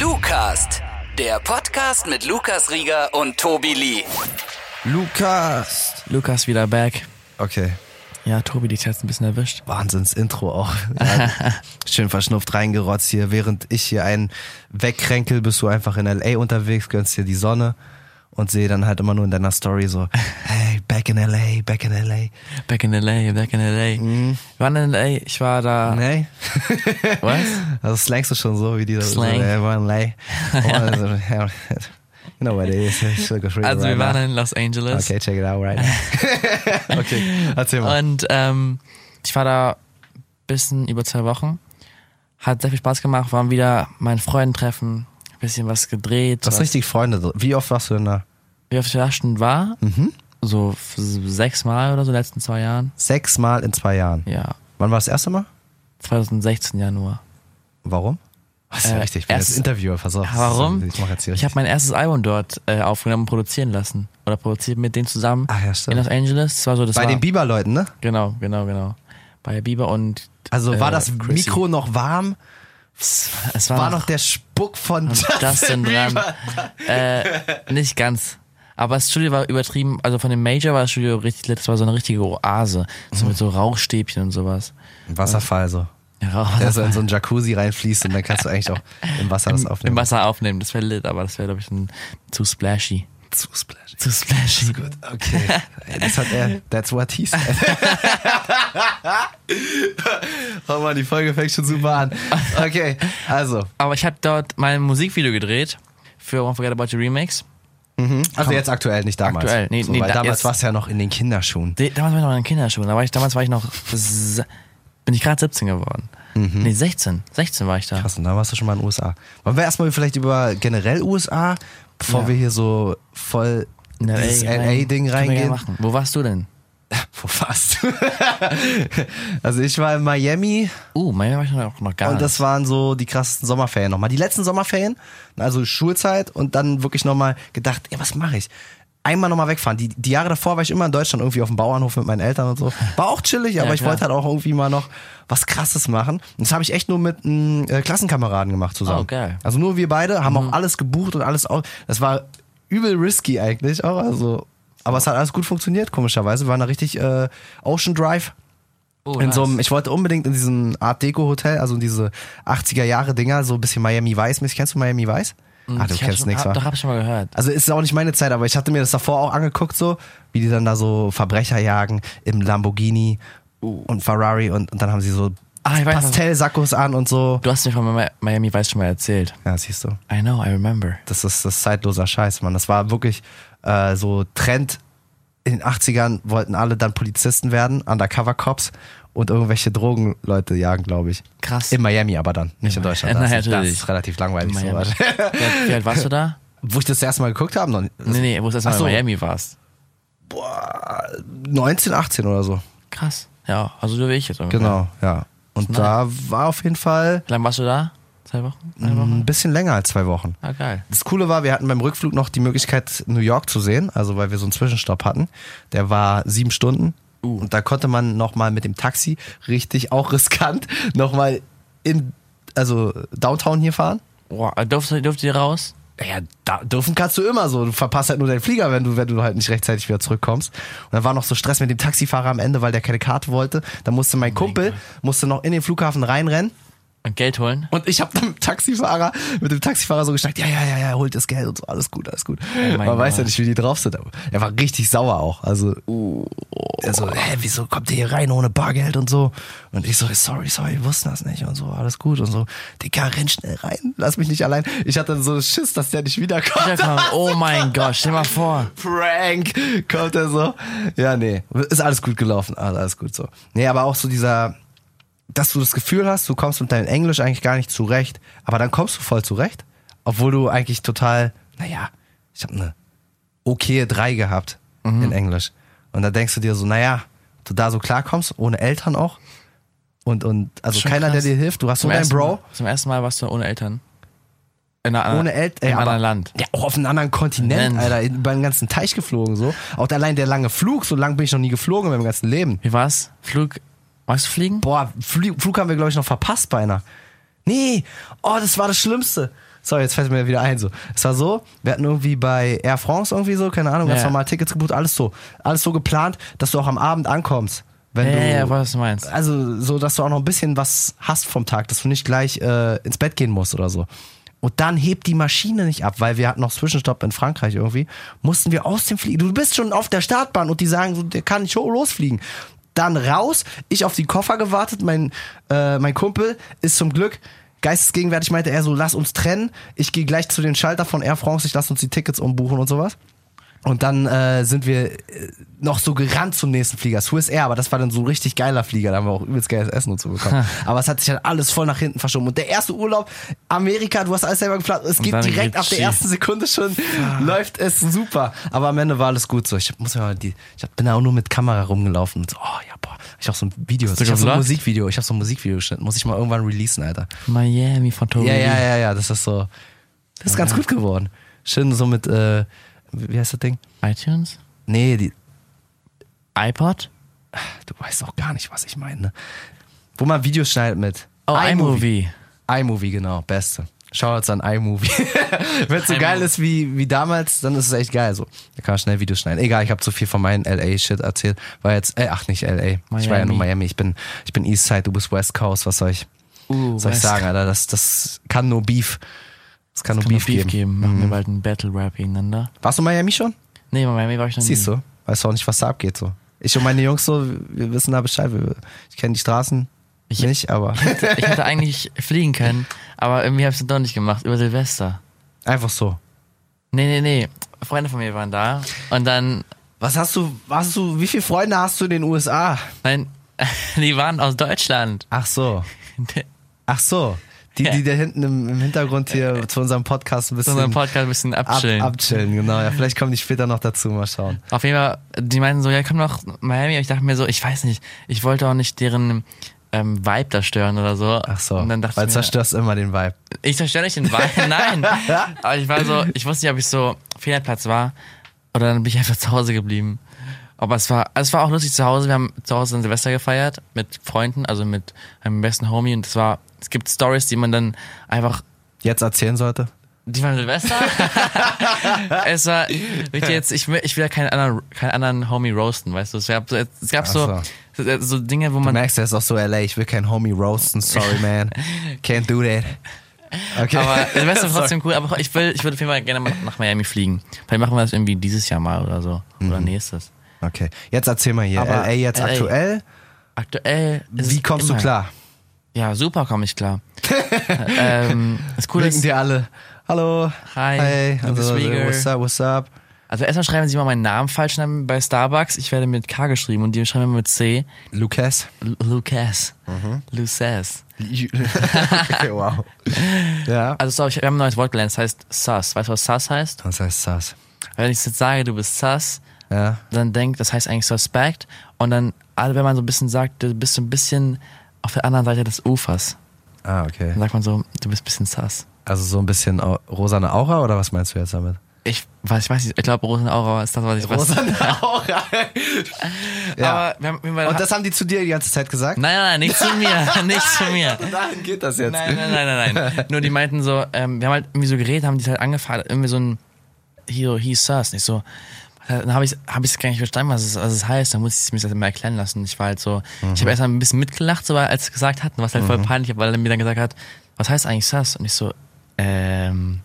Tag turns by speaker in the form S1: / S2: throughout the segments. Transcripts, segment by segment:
S1: Lucast, der Podcast mit Lukas Rieger und Tobi Lee.
S2: Lukas!
S3: Lukas wieder back.
S2: Okay,
S3: Ja, Tobi, dich hat's ein bisschen erwischt.
S2: Wahnsinns-Intro auch. Ja, schön verschnupft reingerotzt hier. Während ich hier einen wegkränkel, bist du einfach in L.A. unterwegs, gönnst dir die Sonne und sehe dann halt immer nur in deiner Story so, hey, back in L.A., back in L.A.
S3: Back in LA, back in LA. Wir waren in LA, ich war da.
S2: Mhm. Nee?
S3: Was?
S2: Also slangst du schon so, wie die da
S3: Slang.
S2: so, hey, we're in L.A. Also, yeah, you know what it is. It's like a freak
S3: Also,
S2: right
S3: wir waren
S2: now.
S3: in Los Angeles.
S2: Okay, check it out right now. okay, erzähl mal.
S3: Und ähm, ich war da ein bisschen über zwei Wochen. Hat sehr viel Spaß gemacht, waren wieder meinen Freunden treffen, ein bisschen was gedreht.
S2: Das ist richtig Freunde. Wie oft warst du denn da?
S3: Wie oft ich da schon war,
S2: Mhm.
S3: so f- sechsmal oder so in den letzten zwei Jahren.
S2: Sechsmal in zwei Jahren.
S3: Ja,
S2: Wann war das erste Mal?
S3: 2016 Januhr.
S2: Warum? Was ist ja
S3: Äh,
S2: richtig, ich bin
S3: erst-
S2: jetzt Interviewer, pass auf. das ist-
S3: Warum?
S2: Ich mache jetzt hier
S3: Ich habe
S2: richtig.
S3: mein erstes Album dort äh, aufgenommen und produzieren lassen. Oder produziert mit denen zusammen
S2: Ach Ah, ja,
S3: in
S2: stimmt.
S3: Los Angeles. Das war so das
S2: Bei
S3: war,
S2: den Bieber-Leuten, ne?
S3: Genau, genau, genau. Bei Bieber und
S2: Also war
S3: äh,
S2: das
S3: Chrissy.
S2: Mikro noch warm?
S3: Es, es war,
S2: War
S3: noch
S2: noch der Spuck von Justin,
S3: Justin dran.
S2: Bieber?
S3: äh, nicht ganz. Aber das Studio war übertrieben, also von dem Major war das Studio richtig lit, das war so eine richtige Oase. So
S2: Mhm.
S3: mit so Rauchstäbchen und sowas.
S2: Wasserfall so.
S3: Ja, Rauch-
S2: Der so in so einen Jacuzzi reinfließt und dann kannst du eigentlich auch im Wasser das aufnehmen.
S3: Im Wasser aufnehmen, das wäre lit, aber das wäre, glaube ich, ein, zu splashy.
S2: Zu splashy.
S3: Zu splashy.
S2: Gut, okay. Ey, Das hat er, that's what he said. oh Mann, die Folge fängt schon super an. Okay, also.
S3: Aber ich habe dort mein Musikvideo gedreht für One Forget About You Remix.
S2: Also jetzt aktuell, nicht damals.
S3: Aktuell, nee,
S2: so,
S3: nee,
S2: weil
S3: da-
S2: damals
S3: jetzt-
S2: war es ja noch in den Kinderschuhen.
S3: Nee, Damals war ich noch in den Kinderschuhen. Da war ich, damals war ich noch. s- Bin ich gerade 17 geworden. Nee, 16. 16 war ich da.
S2: Mhm. Krass, und da warst du schon mal in den USA. Wollen wir erstmal vielleicht über generell USA, bevor wir hier so voll in
S3: Na,
S2: dieses
S3: ey, rein.
S2: LA-Ding
S3: Können wir gerne
S2: reingehen?
S3: machen. Wo warst du denn?
S2: Wo fast. also ich war in Miami
S3: Uh, meine war ich noch, noch gar
S2: und
S3: nicht.
S2: das waren so die krassesten Sommerferien nochmal. Die letzten Sommerferien, also Schulzeit und dann wirklich nochmal gedacht, ja, was mache ich? Einmal nochmal wegfahren. Die, die Jahre davor war ich immer in Deutschland irgendwie auf dem Bauernhof mit meinen Eltern und so. War auch chillig, aber ich
S3: klar.
S2: wollte halt auch irgendwie mal noch was krasses machen. Und das habe ich echt nur mit einem äh, Klassenkameraden gemacht zusammen.
S3: Oh, geil. Mhm.
S2: Also nur wir beide haben auch alles gebucht und alles auch. Das war übel risky eigentlich auch. Also, aber es hat alles gut funktioniert, komischerweise. Wir waren da richtig äh, Ocean Drive
S3: Oh,
S2: in so einem,
S3: nice.
S2: ich wollte unbedingt in diesem Art Deco Hotel, also in diese 80er Jahre Dinger, so ein bisschen Miami Vice mäßig. Kennst du Miami Vice? Ah, du
S3: Mhm, Ich hab
S2: kennst
S3: schon-
S2: nichts,
S3: hab, Doch,
S2: wa?
S3: hab ich schon mal gehört.
S2: Also ist auch nicht meine Zeit, aber ich hatte mir das davor auch angeguckt, so, wie die dann da so Verbrecher jagen im Lamborghini und Ferrari und, und dann haben sie so
S3: Uh. Ah, ich weiß noch.
S2: Pastellsackos an und so.
S3: Du hast mir von Mi- Miami Vice schon mal erzählt.
S2: Ja, siehst du.
S3: I know, I remember.
S2: Das ist das ist zeitloser Scheiß, Mann. Das war wirklich äh, so Trend. In den 80ern wollten alle dann Polizisten werden, Undercover Cops und irgendwelche Drogenleute jagen, glaube ich.
S3: Krass.
S2: In Miami aber dann, nicht in Deutschland. Das,
S3: Na,
S2: ist, das
S3: natürlich.
S2: ist relativ langweilig.
S3: Miami.
S2: Sowas.
S3: Wie alt- wie alt warst du da?
S2: Wo ich das erste Mal geguckt habe, noch
S3: Nee, nee, wo du erstmal
S2: Ach so.
S3: in Miami warst.
S2: boah, 19, 18 oder so.
S3: Krass. Ja, also du wie ich jetzt. ungefähr.
S2: Genau, ja. Und da war auf jeden Fall
S3: Wie lange warst du da? Zwei Wochen? Eine Woche?
S2: ein bisschen länger als zwei Wochen.
S3: Ah, geil.
S2: Das Coole war, wir hatten beim Rückflug noch die Möglichkeit, New York zu sehen, also weil wir so einen Zwischenstopp hatten. Der war sieben Stunden und da konnte man nochmal mit dem Taxi richtig auch riskant nochmal in, also Downtown hier fahren.
S3: Boah, durfte, durfte ihr raus?
S2: Naja, da dürfen kannst du immer so. Du verpasst halt nur deinen Flieger, wenn du, wenn du halt nicht rechtzeitig wieder zurückkommst. Und dann war noch so Stress mit dem Taxifahrer am Ende, weil der keine Karte wollte. Da musste mein Kumpel, musste noch in den Flughafen reinrennen.
S3: Und Geld holen?
S2: Und ich habe mit dem Taxifahrer, mit dem Taxifahrer so gesagt, ja, ja, ja, ja, holt das Geld und so, alles gut, alles gut.
S3: Oh mein
S2: Man weiß ja
S3: Gott. Oh.
S2: nicht, wie die drauf sind, aber er war richtig sauer auch. Also, er so, hä, wieso kommt ihr hier rein ohne Bargeld und so? Und ich so, sorry, sorry, wir wussten das nicht und so, alles gut und so. Digga, renn schnell rein, lass mich nicht allein. Ich hatte so Schiss, dass der nicht wiederkommt.
S3: Wiederkommen. Oh mein Gott, stell mal vor.
S2: Prank, kommt er so. Ja, nee, ist alles gut gelaufen, alles alles gut so. Nee, aber auch so dieser, dass du das Gefühl hast, du kommst mit deinem Englisch eigentlich gar nicht zurecht, aber dann kommst du voll zurecht, obwohl du eigentlich total, naja, ich habe eine okay 3 gehabt
S3: Mhm.
S2: in Englisch. Und da denkst du dir so, naja, ob du da so klarkommst, ohne Eltern auch. Und, und also
S3: Schon
S2: keiner,
S3: krass.
S2: der dir hilft, du hast
S3: Zum
S2: nur deinen
S3: ersten
S2: Bro.
S3: Mal, zum ersten Mal warst du ohne Eltern. In einer, anderen-
S2: Ohne Eltern.
S3: Äh, In einem anderen Land.
S2: Ja, auch auf einem anderen Kontinent,
S3: Land.
S2: Alter. Über den ganzen Teich geflogen, so. Auch allein der lange Flug, so lang bin ich noch nie geflogen in meinem ganzen Leben.
S3: Wie war's? Flug. Magst du fliegen?
S2: Boah, Flie Flug haben wir, glaube ich, noch verpasst beinahe. Nee, oh, das war das Schlimmste. Sorry, jetzt fällt mir wieder ein. So. Es war so, wir hatten irgendwie bei Air France irgendwie so, keine Ahnung, ganz
S3: Ja.
S2: normal Tickets gebucht, alles so. Alles so geplant, dass du auch am Abend ankommst. Wenn
S3: Ja,
S2: du,
S3: ja, ja, was du meinst.
S2: Also, so, dass du auch noch ein bisschen was hast vom Tag, dass du nicht gleich äh, ins Bett gehen musst oder so. Und dann hebt die Maschine nicht ab, weil wir hatten noch Zwischenstopp in Frankreich irgendwie. Mussten wir aus dem Fliegen. Du bist schon auf der Startbahn und die sagen, so, der kann nicht ho- losfliegen. Dann raus, ich auf die Koffer gewartet. Mein, äh, mein Kumpel ist zum Glück geistesgegenwärtig, meinte er so, lass uns trennen. Ich gehe gleich zu den Schalter von Air France, ich lass uns die Tickets umbuchen und sowas. Und dann äh, sind wir äh, noch so gerannt zum nächsten Flieger, Swiss Air, aber das war dann so ein richtig geiler Flieger, da haben wir auch übelst geiles Essen und so bekommen. aber es hat sich halt alles voll nach hinten verschoben. Und der erste Urlaub, Amerika, du hast alles selber geplant, es geht
S3: dann
S2: direkt ab der
S3: geht's
S2: ersten Sekunde schon, läuft es super. Aber am Ende war alles gut so. Ich muss mir mal die, ich hab- bin da auch nur mit Kamera rumgelaufen und so, oh ja, boah, ich hab so ein Video,
S3: du
S2: ich hab so ein
S3: gevloggt?
S2: Musikvideo, ich hab so ein Musikvideo geschnitten, muss ich mal irgendwann releasen, Alter.
S3: Miami von Tobi.
S2: Ja, ja, ja, ja, das ist so, das ist ganz gut geworden. Schön so mit, äh, wie heißt das Ding?
S3: iTunes?
S2: Nee, die,
S3: iPod?
S2: du weißt auch gar nicht, was ich meine. Ne? Wo man Videos schneidet mit.
S3: Oh, iMovie.
S2: iMovie, genau, beste. Shoutouts an iMovie. Wenn es so geil ist wie, wie damals, dann ist es echt geil. So, da kann man schnell Videos schneiden. Egal, ich habe zu viel von meinem LA-Shit erzählt. War jetzt, äh, ach nicht LA. Ich war ja nur
S3: Miami.
S2: Miami. Ich bin, ich bin Eastside, du bist West Coast. Was soll ich,
S3: Uh,
S2: soll ich
S3: West-
S2: sagen, Alter? Das, das kann nur Beef. Das kann,
S3: Kann
S2: nur
S3: nur
S2: Beef, geben. Mhm.
S3: Machen wir bald einen Battle Rap gegeneinander.
S2: Warst du in Miami schon?
S3: Nee, bei Miami war ich noch nie.
S2: Siehst du, weißt du auch nicht, was da abgeht. So. Ich und meine Jungs so, wir wissen da Bescheid. Wir, ich kenne die Straßen
S3: Ich-
S2: nicht, aber
S3: Ich hätte eigentlich fliegen können, aber irgendwie habe ich es doch nicht gemacht. Über Silvester.
S2: einfach so.
S3: Nee, nee, nee. Freunde von mir waren da. Und dann,
S2: Was hast du, hast du, wie viele Freunde hast du in den USA?
S3: nein, die waren aus Deutschland.
S2: Ach so, ach so. Die, die da hinten im, im Hintergrund hier zu unserem Podcast ein
S3: Zu
S2: bisschen
S3: unserem Podcast ein bisschen
S2: ab,
S3: abchillen.
S2: abchillen, genau. Ja, vielleicht kommen die später noch dazu, mal schauen.
S3: Auf jeden Fall, die meinten so, ja, komm doch Miami. Und ich dachte mir so, ich weiß nicht, ich wollte auch nicht deren ähm, Vibe da stören oder so.
S2: Ach so,
S3: Und dann dachte
S2: weil
S3: ich mir,
S2: zerstörst immer den Vibe.
S3: ich zerstöre nicht den Vibe, nein. Aber ich war so, ich wusste nicht, ob ich so Fehlerplatz war oder dann bin ich einfach zu Hause geblieben. Aber es war, also es war auch lustig zu Hause. Wir haben zu Hause dann Silvester gefeiert mit Freunden, also mit einem besten Homie. Und es war, es gibt Stories, die man dann einfach
S2: Jetzt erzählen sollte?
S3: die waren Silvester. es war, ich jetzt, ich will, ich will ja keinen anderen, keinen anderen Homie roasten, weißt du. Es gab so, es gab so,
S2: Ach
S3: so, so Dinge, wo man,
S2: Merkst du, er ist auch so LA, ich will kein Homie roasten, sorry man. Can't do that. Okay.
S3: aber Silvester ist trotzdem cool. Aber ich will, ich würde auf jeden Fall gerne mal nach Miami fliegen. Vielleicht machen wir das irgendwie dieses Jahr mal oder so
S2: Mhm.
S3: oder nächstes.
S2: okay, jetzt erzähl mal hier.
S3: Aber
S2: LA jetzt
S3: LA.
S2: aktuell,
S3: Aktuell. Ist
S2: wie
S3: es
S2: kommst du
S3: immer-
S2: klar?
S3: Ja, super komme ich klar. ähm, das Coole
S2: Winken
S3: ist,
S2: dir alle. Hallo.
S3: Hi,
S2: Hey,
S3: Lucas
S2: also,
S3: Rieger.
S2: what's up, what's up?
S3: also erstmal schreiben sie mal meinen Namen falsch dann bei Starbucks. Ich werde mit K geschrieben und die schreiben immer mit C.
S2: Lucas.
S3: L Lucas.
S2: Mhm.
S3: Lucas.
S2: okay, wow. Ja.
S3: Also sorry, ich wir haben ein neues Wort gelernt, das heißt sus. Weißt du, was sus heißt? Also
S2: Das heißt Sass.
S3: Wenn ich jetzt sage, du bist sus,
S2: Ja.
S3: dann denkt, das heißt eigentlich suspect. Und dann, alle, wenn man so ein bisschen sagt, du bist so ein bisschen auf der anderen Seite des Ufers,
S2: Ah,
S3: dann
S2: okay.
S3: sagt man so, du bist ein bisschen sus.
S2: Also so ein bisschen au- rosane Aura oder was meinst du jetzt damit?
S3: Ich weiß, ich weiß nicht, ich glaube, Rosenaura ist das, was ich weiß.
S2: Aura. ja.
S3: Aber wir haben, wir haben,
S2: Und das haben die zu dir die ganze Zeit gesagt?
S3: Nein, nein, nein, nicht zu mir, nicht zu mir.
S2: Dahin geht das jetzt.
S3: Nein, nein, nein, nein, nein. Nur die meinten so, ähm, wir haben halt irgendwie so geredet, haben die halt angefahren, irgendwie so ein Hero, he sus. Nicht so, dann habe ich es hab ich's gar nicht verstanden, was es, was es heißt. Dann muss ich mir das immer erklären lassen. Ich war halt so, ich
S2: Mhm.
S3: habe erst mal ein bisschen mitgelacht, so, weil- als sie es gesagt hatten, was halt voll peinlich war, weil er mir dann gesagt hat, was heißt eigentlich sus? Und ich so, ähm,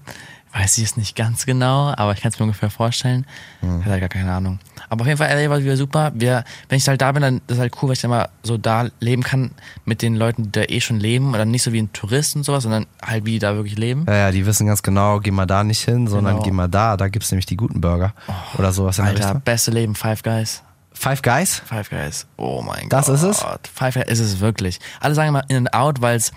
S3: weiß ich es nicht ganz genau, aber ich kann es mir ungefähr vorstellen.
S2: Hm.
S3: Ich hatte gar keine Ahnung. Aber auf jeden Fall, LA war wieder super. Wir, wenn ich halt da bin, dann ist halt cool, weil ich dann mal so da leben kann mit den Leuten, die da eh schon leben. Und dann nicht so wie ein Tourist und sowas, sondern halt wie die da wirklich leben.
S2: Ja, ja, die wissen ganz genau, geh mal da nicht hin, sondern
S3: Genau.
S2: geh mal da. Da gibt's nämlich die guten Burger. oder sowas in der
S3: Alter,
S2: Richtung.
S3: beste Leben, Five Guys.
S2: Five Guys?
S3: Five Guys. Oh mein
S2: Das
S3: Gott.
S2: ist es?
S3: Five Guys ist es wirklich. Alle sagen immer In and Out, weil es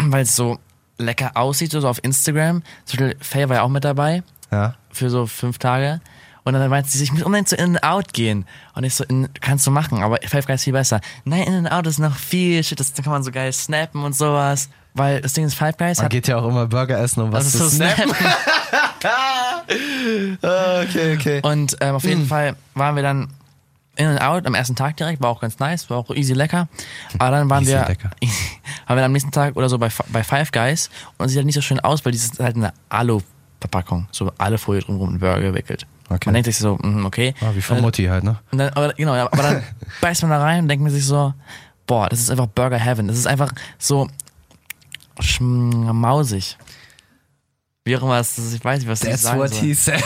S3: weil es so lecker aussieht, so auf Instagram. Zum Beispiel Faye war ja auch mit dabei
S2: Ja.
S3: für so fünf Tage. Und dann meinte sie, ich muss unbedingt zu In and Out gehen. Und ich so, in, kannst du machen, aber Five Guys ist viel besser. Nein, In and Out ist noch viel shit, das da kann man so geil snappen und sowas. Weil das Ding ist, Five Guys
S2: Man
S3: hat
S2: geht ja auch immer Burger essen, um was
S3: also
S2: zu
S3: so
S2: snacken.
S3: snappen.
S2: Ah, okay, okay. Mm.
S3: Und ähm, auf jeden Fall waren wir dann in and out am ersten Tag direkt, war auch ganz nice, war auch easy lecker. Aber dann waren
S2: Easy
S3: wir,
S2: lecker.
S3: waren wir am nächsten Tag oder so bei, Fi- bei Five Guys und sieht halt nicht so schön aus, weil die ist halt eine Alu-Verpackung, so Alufolie drumherum, ein Burger gewickelt.
S2: Okay.
S3: Man denkt sich so, mhm, okay.
S2: Ah, wie von
S3: Und dann-
S2: Mutti halt, ne?
S3: und dann, aber, genau, ja, aber dann beißt man da rein und denkt man sich so, boah, das ist einfach Burger Heaven. Das ist einfach so schmausig. Wie auch immer, das ist, ich weiß nicht, was das sagen soll.
S2: said.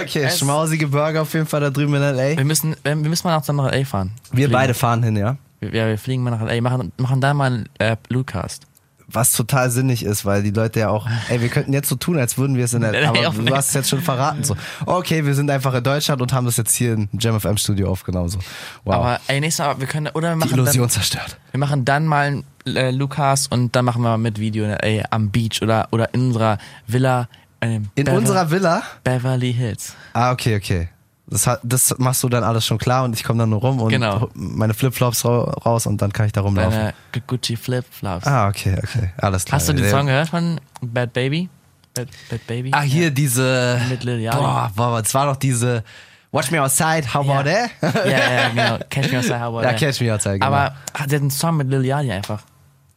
S2: okay,
S3: Es-
S2: schmausige Burger auf jeden Fall da drüben in L.A.
S3: Wir müssen, wir wir müssen mal nach, nach L.A. fahren.
S2: Wir
S3: Fliegen.
S2: beide fahren hin, ja.
S3: Wir, ja, wir fliegen mal nach L.A., machen, machen da mal einen äh, Bluecast.
S2: Was total sinnig ist, weil die Leute ja auch, ey, wir könnten jetzt so tun, als würden wir es in
S3: Nee,
S2: der, aber
S3: auf
S2: du
S3: nicht.
S2: hast es jetzt schon verraten, so. Okay, wir sind einfach in Deutschland und haben das jetzt hier im Jam FM Studio aufgenommen, so. Wow.
S3: Aber ey, nächstes Mal, wir können, oder wir
S2: die
S3: machen,
S2: Illusion
S3: dann,
S2: zerstört.
S3: wir machen dann mal einen äh, Lucas und dann machen wir mit Video in L.A. am Beach oder, oder in unserer Villa. In,
S2: In
S3: Bever-
S2: unserer Villa?
S3: Beverly Hills.
S2: Ah, okay, okay. Das, hat, das machst du dann alles schon klar und ich komme dann nur rum und
S3: Genau.
S2: hol meine Flipflops ra raus und dann kann ich da rumlaufen.
S3: Deine Gucci Flip Flops.
S2: Ah, okay, okay. Alles klar.
S3: Hast du den
S2: Ja.
S3: Song gehört von Bad Baby? Bad, Bad Baby?
S2: Äh, Ah, hier
S3: Ja.
S2: diese.
S3: Mit Lil Yachty.
S2: boah, boah, es war doch diese. Watch me outside, how about
S3: Ja.
S2: that?
S3: Ja, ja, genau. Catch Me Outside, how about
S2: Ja,
S3: that?
S2: Catch Me Outside, genau.
S3: Aber hat der einen Song mit Lil Yachty einfach?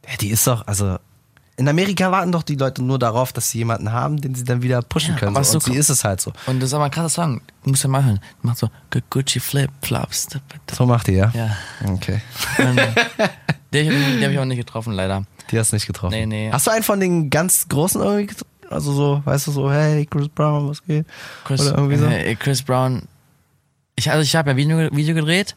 S2: Ja, die ist doch, also. In Amerika warten doch die Leute nur darauf, dass sie jemanden haben, den sie dann wieder pushen
S3: Ja,
S2: können.
S3: aber
S2: So. Und
S3: so-
S2: sie ist es halt so.
S3: Und das ist aber ein krasser Song. Du musst ja mal hören. Die Macht so Gu- Gucci Flip Flops.
S2: So macht die, ja?
S3: Ja.
S2: Okay.
S3: Und, äh, Den habe ich, den hab ich auch nicht getroffen, leider.
S2: Die hast du nicht getroffen.
S3: Nee, nee.
S2: Hast du einen von den ganz großen irgendwie getroffen? Also so, weißt du, so, hey, Chris Brown, was geht?
S3: Chris,
S2: Oder irgendwie so?
S3: äh, Chris Brown. Ich, also ich habe ja Video, Video gedreht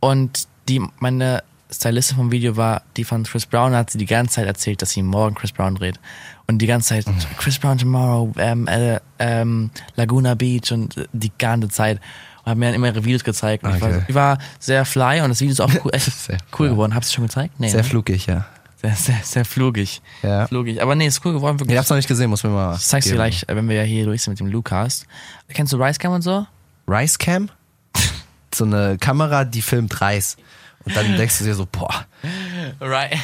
S3: und die, meine Stylistin vom Video war die von Chris Brown, hat sie die ganze Zeit erzählt, dass sie morgen Chris Brown dreht. Und die ganze Zeit,
S2: Mhm.
S3: Chris Brown tomorrow, ähm, äh, ähm, Laguna Beach und äh, die ganze Zeit. Und hat mir dann immer ihre Videos gezeigt. Und ich, war,
S2: Okay.
S3: ich war sehr fly und das Video ist auch cool, echt
S2: Sehr fly.
S3: cool geworden. Hab's schon gezeigt? Nee,
S2: Sehr
S3: ne?
S2: flugig, ja.
S3: sehr, sehr, sehr flugig.
S2: Ja.
S3: Flugig. Aber nee, ist cool geworden.
S2: Ich
S3: Wirklich.
S2: hab's noch nicht gesehen, muss mir mal.
S3: Ich zeig's dir
S2: geben.
S3: gleich, äh, wenn wir ja hier durch sind mit dem Lukas. Kennst du Ricecam und so?
S2: Rice Cam? so eine Kamera, die filmt Reis. Und dann denkst du dir so, boah.
S3: Right.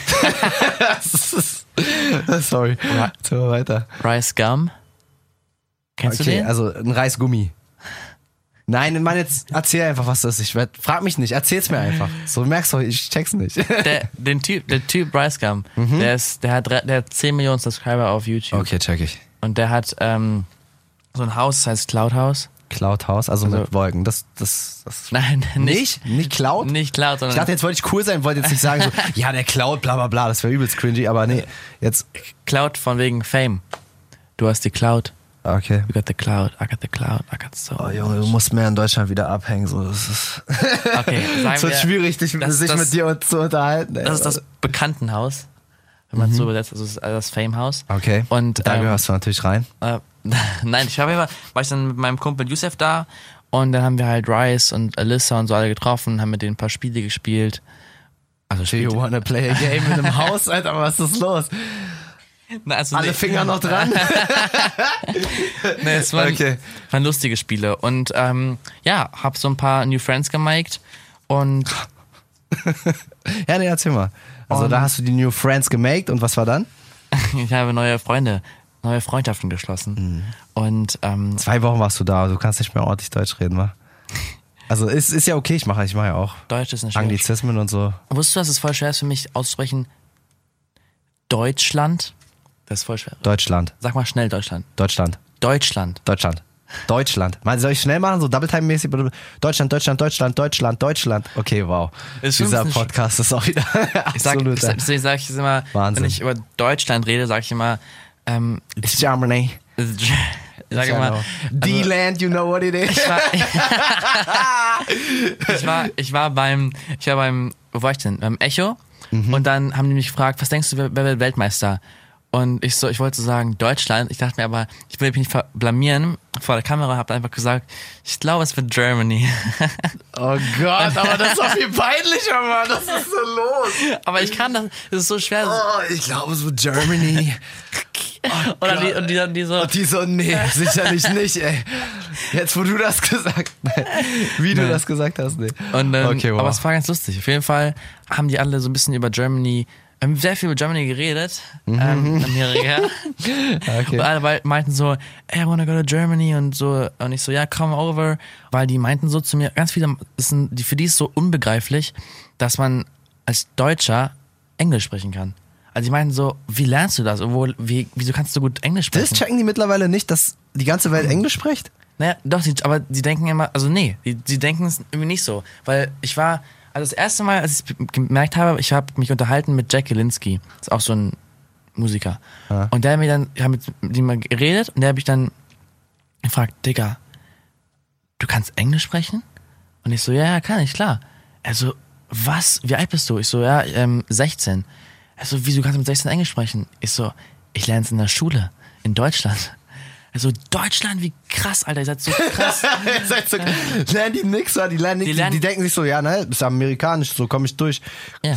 S2: Sorry. Jetzt mal weiter.
S3: Rice Gum. Kennst du
S2: okay,
S3: den?
S2: also ein Reisgummi. Nein, Mann, jetzt erzähl einfach, was das ist. Ich werd, frag mich nicht, erzähl's mir einfach. So merkst du, ich check's nicht.
S3: Der, den typ, der Typ Rice Gum,
S2: Mhm.
S3: der, ist, der, hat, drei- der hat 10 Millionen Subscriber auf YouTube.
S2: okay, check ich.
S3: Und der hat ähm, so ein Haus, das heißt Cloud House.
S2: Cloud House, also,
S3: Also-
S2: mit Wolken. Das, das, das.
S3: Nein, nicht.
S2: Nicht? Nicht Cloud?
S3: Nicht Cloud,
S2: Ich
S3: sondern
S2: dachte, jetzt wollte ich cool sein, wollte jetzt nicht sagen, so, ja, der Cloud, bla bla bla, das wäre übelst cringy, aber nee, jetzt.
S3: Cloud von wegen Fame. Du hast die Cloud.
S2: Okay.
S3: You got the Cloud. I got the Cloud. I got so.
S2: Oh, Junge, du musst mehr in Deutschland wieder abhängen. So. Das ist
S3: Okay, sagen
S2: es wird
S3: wir,
S2: schwierig, Äh. dich,
S3: das-
S2: sich
S3: das-
S2: mit dir zu unterhalten. ey.
S3: Das ist das Bekanntenhaus. Wenn man es so übersetzt, also das- also das Fame-Haus.
S2: Mhm. Okay.
S3: Und
S2: da
S3: ähm,
S2: gehörst du natürlich rein.
S3: Äh, Nein, ich war, war ich dann mit meinem Kumpel Youssef da und dann haben wir halt Rice und Alyssa und so alle getroffen, haben mit denen ein paar Spiele gespielt. Also
S2: Do you
S3: Spiele.
S2: wanna play a game in einem Haus, Alter? Was ist los?
S3: Na, also
S2: Alle
S3: nee,
S2: Finger noch dran?
S3: nee, es waren,
S2: Okay.
S3: waren lustige Spiele. Und ähm, ja, hab so ein paar New Friends gemiked und
S2: ja, nee, erzähl mal. Also,
S3: Und-
S2: da hast du die New Friends gemaked und was war dann?
S3: ich habe neue Freunde, neue Freundschaften geschlossen. Und ähm,
S2: Zwei Wochen warst du da, also du kannst nicht mehr ordentlich Deutsch reden, wa? Also, ist, ist ja okay, ich mache ich mach ja auch
S3: Deutsch ist eine schöne
S2: Anglizismen und so.
S3: Wusstest du, dass es voll schwer ist für mich auszusprechen? Deutschland? Das ist voll schwer.
S2: Deutschland,
S3: Sag mal schnell Deutschland.
S2: Deutschland,
S3: Deutschland.
S2: Deutschland. Deutschland. Mal, soll ich schnell machen, so Double-Time-mäßig? Deutschland, Deutschland, Deutschland, Deutschland, Deutschland. Okay, wow.
S3: Ist schon ein
S2: Dieser
S3: bisschen sch-
S2: Podcast ist auch wieder
S3: Ich sag,
S2: absoluter
S3: ich- deswegen sage ich es immer,
S2: Wahnsinn.
S3: wenn ich über Deutschland rede, sage ich immer, ähm,
S2: Germany.
S3: ich sage immer, also,
S2: D-Land, you know what it is.
S3: ich war, ich war, ich war beim, ich war beim, wo war ich denn? Beim Echo. Und dann haben die mich gefragt, was denkst du, wer, wer wird Weltmeister? Und ich so, ich wollte so sagen Deutschland. Ich dachte mir aber, ich will mich nicht ver- blamieren vor der Kamera, habe einfach gesagt, ich glaube, es wird Germany.
S2: Oh Gott, aber das ist doch viel peinlicher, Mann. Was ist so los?
S3: aber ich kann das, das ist so schwer. Das-
S2: Oh, ich glaube, es wird Germany.
S3: Oder die, und die, und die so,
S2: Und die so, nee, sicherlich nicht, ey. Jetzt, wo du das gesagt hast. Wie du
S3: Nee.
S2: das gesagt hast, nee.
S3: Und, ähm,
S2: okay, wow.
S3: Aber es war ganz lustig. Auf jeden Fall haben die alle so ein bisschen über Germany Wir haben sehr viel über Germany geredet, ähm, Amerika. Und
S2: Mhm. Okay.
S3: alle wei- meinten so, ey, I wanna go to Germany und so. Und ich so, ja, come over. Weil die meinten so zu mir, ganz viele, das sind, die, für die ist so unbegreiflich, dass man als Deutscher Englisch sprechen kann. Also die meinten so, wie lernst du das? Obwohl, wie, wieso kannst du gut Englisch
S2: Das
S3: sprechen?
S2: checken die mittlerweile nicht, dass die ganze Welt Englisch spricht?
S3: Naja, doch, die, aber die denken immer, also nee, die, die denken es irgendwie nicht so. Weil ich war, also das erste Mal, als ich es gemerkt habe, ich habe mich unterhalten mit Jack Gielinski, ist auch so ein Musiker. Und der hat mir dann, ich habe mit dem mal geredet und der hat mich dann gefragt, Digga, du kannst Englisch sprechen? Und ich so, ja, ja, kann ich, klar. Also, was? Wie alt bist du? Ich so, ja, ähm, 16. Also, wieso kannst du mit 16 Englisch sprechen? Ich so, ich lerne es in der Schule, in Deutschland. Also, Deutschland, wie krass, Alter, ihr seid so krass.
S2: Ihr seid so, lernen die nix, oder? die lernen nix,
S3: Die
S2: die,
S3: lernen-
S2: die denken sich so, ja, ne, ist amerikanisch, so komme ich durch.
S3: Ja.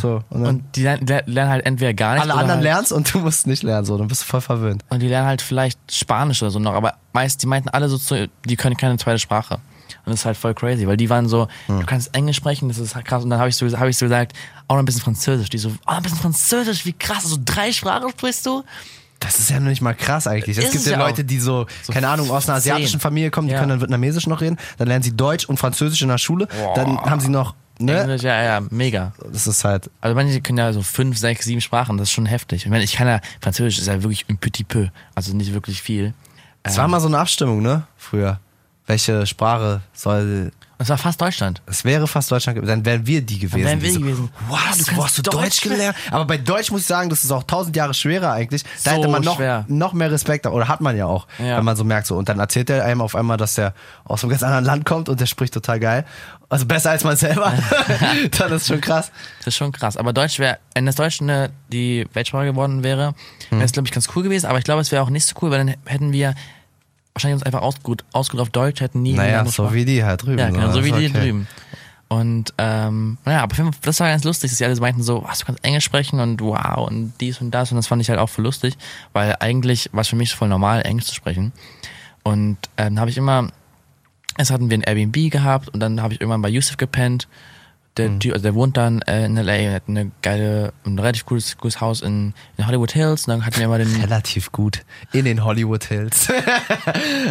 S2: So, und
S3: und,
S2: dann
S3: die lernen, ler- lernen halt entweder gar nicht.
S2: alle
S3: oder
S2: anderen
S3: halt,
S2: lernst und du musst nicht lernen, so, dann bist du voll verwöhnt.
S3: Und die lernen halt vielleicht Spanisch oder so noch, aber meist, die meinten alle so zu, die können keine zweite Sprache. Und das ist halt voll crazy, weil die waren so,
S2: Hm.
S3: du kannst Englisch sprechen, das ist halt krass. Und dann habe ich, so, hab ich so gesagt, auch noch ein bisschen Französisch. Die so, auch noch ein bisschen Französisch, wie krass, so drei Sprachen sprichst du?
S2: Das ist ja noch nicht mal krass eigentlich. Es
S3: Ist
S2: gibt
S3: es
S2: ja
S3: ja auch.
S2: Leute, die so, keine Ahnung, aus einer
S3: zehn.
S2: asiatischen Familie kommen, die
S3: Ja.
S2: können dann Vietnamesisch noch reden, dann lernen sie Deutsch und Französisch in der Schule, dann haben sie noch, ne,
S3: Englisch, ja, ja, mega.
S2: das ist halt,
S3: Also manche können ja so fünf, sechs, sieben Sprachen, das ist schon heftig. Ich meine, ich kann ja, Französisch ist ja wirklich ein petit peu, also nicht wirklich viel.
S2: es
S3: Ähm.
S2: war mal so eine Abstimmung, ne, früher. Welche Sprache soll,
S3: Und es war fast Deutschland.
S2: es wäre fast Deutschland, ge- dann wären wir die gewesen.
S3: wären wir
S2: die so,
S3: die gewesen. Ah,
S2: Was,
S3: Du
S2: du
S3: kannst
S2: hast du Deutsch,
S3: Deutsch
S2: gelernt? Aber bei Deutsch muss ich sagen, das ist auch tausend Jahre schwerer eigentlich. Da
S3: So
S2: hätte man noch,
S3: schwer.
S2: noch mehr Respekt, oder hat man ja auch,
S3: Ja.
S2: wenn man so merkt so. Und dann erzählt er einem auf einmal, dass der aus einem ganz anderen Land kommt und der spricht total geil. Also besser als man selber. dann ist schon krass.
S3: Das ist schon krass. Aber Deutsch wäre, wenn das Deutsch eine, die Weltsprache geworden wäre,
S2: Hm.
S3: wäre es, glaube ich, ganz cool gewesen. Aber ich glaube, es wäre auch nicht so cool, weil dann hätten wir wahrscheinlich uns einfach ausgeruht, ausgeruht auf Deutsch, hätten nie eine
S2: Naja,
S3: andere
S2: so
S3: Sprache.
S2: wie die halt drüben.
S3: Ja, genau,
S2: Das
S3: so wie
S2: ist
S3: die
S2: okay.
S3: drüben. Und ähm, naja, aber auf jeden Fall, das war ganz lustig, dass die alle so meinten so, was, du kannst Englisch sprechen und wow und dies und das und das fand ich halt auch voll lustig, weil eigentlich war es für mich voll normal, Englisch zu sprechen. Und äh, dann habe ich immer, erst hatten wir ein Airbnb gehabt und dann habe ich irgendwann bei Yusuf gepennt. Der,
S2: Mhm.
S3: Typ, also der wohnt dann äh, in L.A. und hat eine geile, ein relativ cooles, cooles Haus in, in Hollywood Hills und dann hatten wir immer den...
S2: Relativ gut in den Hollywood Hills.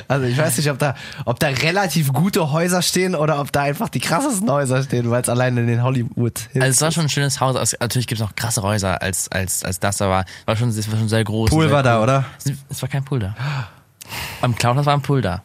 S2: also ich weiß nicht, ob da, ob da relativ gute Häuser stehen oder ob da einfach die krassesten Häuser stehen, weil es alleine in den Hollywood Hills
S3: Also es war schon ein schönes Haus. Also, natürlich gibt es noch krassere Häuser als, als, als das, aber war schon, es war schon sehr groß.
S2: Pool
S3: sehr
S2: war da,
S3: cool.
S2: oder?
S3: Es, es war kein Pool da. Am Cloudhouse war ein Pool da.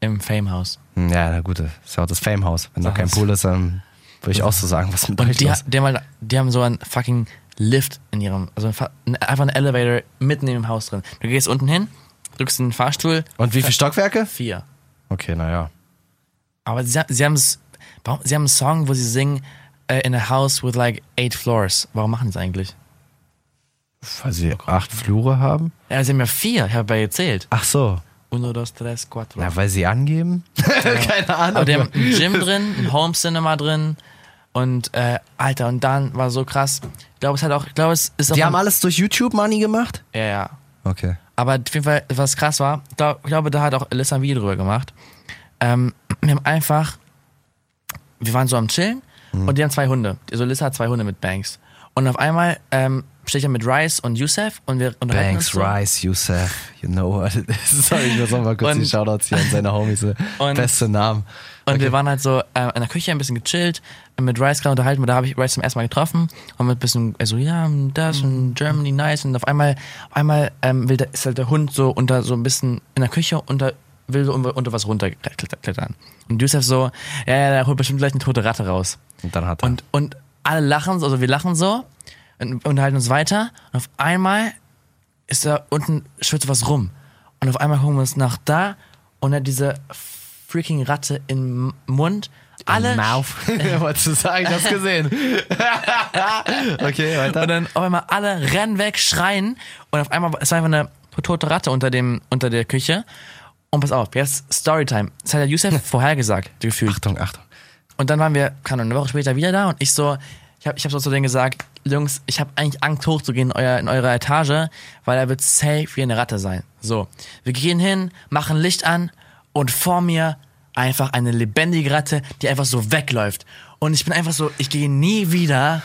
S3: Im Famehouse.
S2: Hm, Ja, na gut, das ist ja auch das Famehaus. Wenn da
S3: Ach,
S2: kein
S3: das-
S2: Pool ist, dann würde ich auch so sagen, was mit euch
S3: Und die,
S2: los?
S3: die, haben halt, die haben so einen fucking Lift in ihrem, also fa- einfach einen Elevator mitten im Haus drin. Du gehst unten hin, drückst in den Fahrstuhl,
S2: Und wie viele Stockwerke?
S3: vier.
S2: Okay, naja.
S3: Aber sie, sie haben es, warum- sie haben einen Song, wo sie singen, äh, in a house with like eight floors. Warum machen die das eigentlich?
S2: Weil sie acht Flure haben?
S3: Ja, sie haben ja vier, ich habe ja gezählt.
S2: Ach so.
S3: Uno, dos, tres, cuatro.
S2: Na, weil sie angeben? Keine Ahnung.
S3: Aber die haben ein Gym drin, ein Home Cinema drin. Und äh, Alter, und dann war so krass. Ich glaube, es hat auch, ich glaube, es ist auch.
S2: die haben alles durch YouTube Money gemacht?
S3: ja, ja.
S2: Okay.
S3: Aber auf jeden Fall, was krass war, ich glaub- ich glaube, da hat auch Alyssa ein Video drüber gemacht. Ähm, wir haben einfach, wir waren so am Chillen
S2: Mhm.
S3: und die haben zwei Hunde. Also Alyssa hat zwei Hunde mit Banks. Und auf einmal ähm, stehe ich dann mit Rice und Youssef und wir unterhalten uns.
S2: Banks,
S3: so.
S2: Rice, Youssef, you know what it is. Sorry, ich muss noch mal kurz
S3: Und-
S2: die Shoutouts hier an seine Homies. äh, Beste Namen.
S3: Und wir waren halt so äh, in der Küche ein bisschen gechillt, mit Rice gerade unterhalten, und da habe ich Rice zum ersten Mal getroffen und mit ein bisschen, also ja, und das und Germany nice und auf einmal, auf einmal ähm, will der, ist halt der Hund so unter so ein bisschen in der Küche unter will so unter, unter was runterklettern. Und Yusuf so, ja, ja, der holt bestimmt gleich eine tote Ratte raus.
S2: Und dann hat er.
S3: Und, und alle lachen, so, also wir lachen so und unterhalten uns weiter. Und auf einmal ist da unten, schwirrt so was rum. Und auf einmal gucken wir uns nach da und hat diese freaking Ratte im Mund. Alle.
S2: Wolltest du sagen, ich hab's gesehen. okay, weiter.
S3: Und dann auf einmal alle rennen weg, schreien. Und auf einmal, es war einfach eine tote Ratte unter, dem, unter der Küche. Und pass auf, jetzt Storytime. Das hat der Youssef vorhergesagt, gefühlt.
S2: Achtung, Achtung.
S3: Und dann waren wir, keine Ahnung, eine Woche später wieder da und ich so, ich habe ich hab so zu denen gesagt, Jungs, ich habe eigentlich Angst hochzugehen in, euer, in eure Etage, weil da wird safe wie eine Ratte sein. So, wir gehen hin, machen Licht an und vor mir einfach eine lebendige Ratte, die einfach so wegläuft. Und ich bin einfach so, ich gehe nie wieder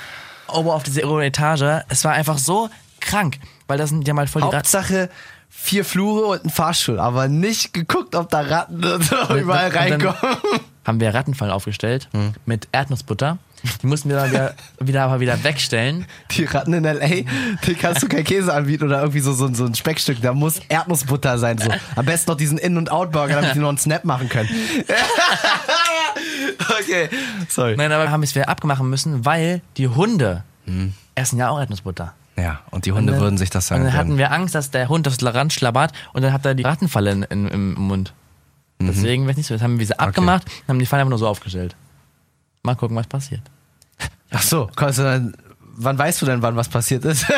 S3: oben auf dieser oberen Etage. Es war einfach so krank, weil das sind ja mal voll die Ratten.
S2: Hauptsache vier Flure und ein Fahrstuhl, aber nicht geguckt, ob da Ratten und so überall
S3: und dann-
S2: reinkommen.
S3: Haben wir Rattenfall aufgestellt mit Erdnussbutter. Die mussten wir dann wieder, wieder, aber wieder wegstellen.
S2: Die Ratten in L.A., die kannst du kein Käse anbieten oder irgendwie so, so, so ein Speckstück. Da muss Erdnussbutter sein. So. Am besten noch diesen In- und Out-Burger, damit die noch einen Snap machen können. okay, sorry.
S3: Nein, aber haben es wieder abmachen müssen, weil die Hunde essen ja auch Erdnussbutter.
S2: Ja, und die Hunde Hm. würden sich das
S3: Und
S2: sagen.
S3: dann hatten wir Angst, dass der Hund das Land schlabbert und dann hat er die Rattenfalle in, in, im Mund.
S2: Mhm.
S3: Deswegen weiß ich nicht so. Das haben wir sie abgemacht und haben die Falle einfach nur so aufgestellt. Mal gucken, was passiert.
S2: Ach so, kommst du dann, wann weißt du denn, wann was passiert ist?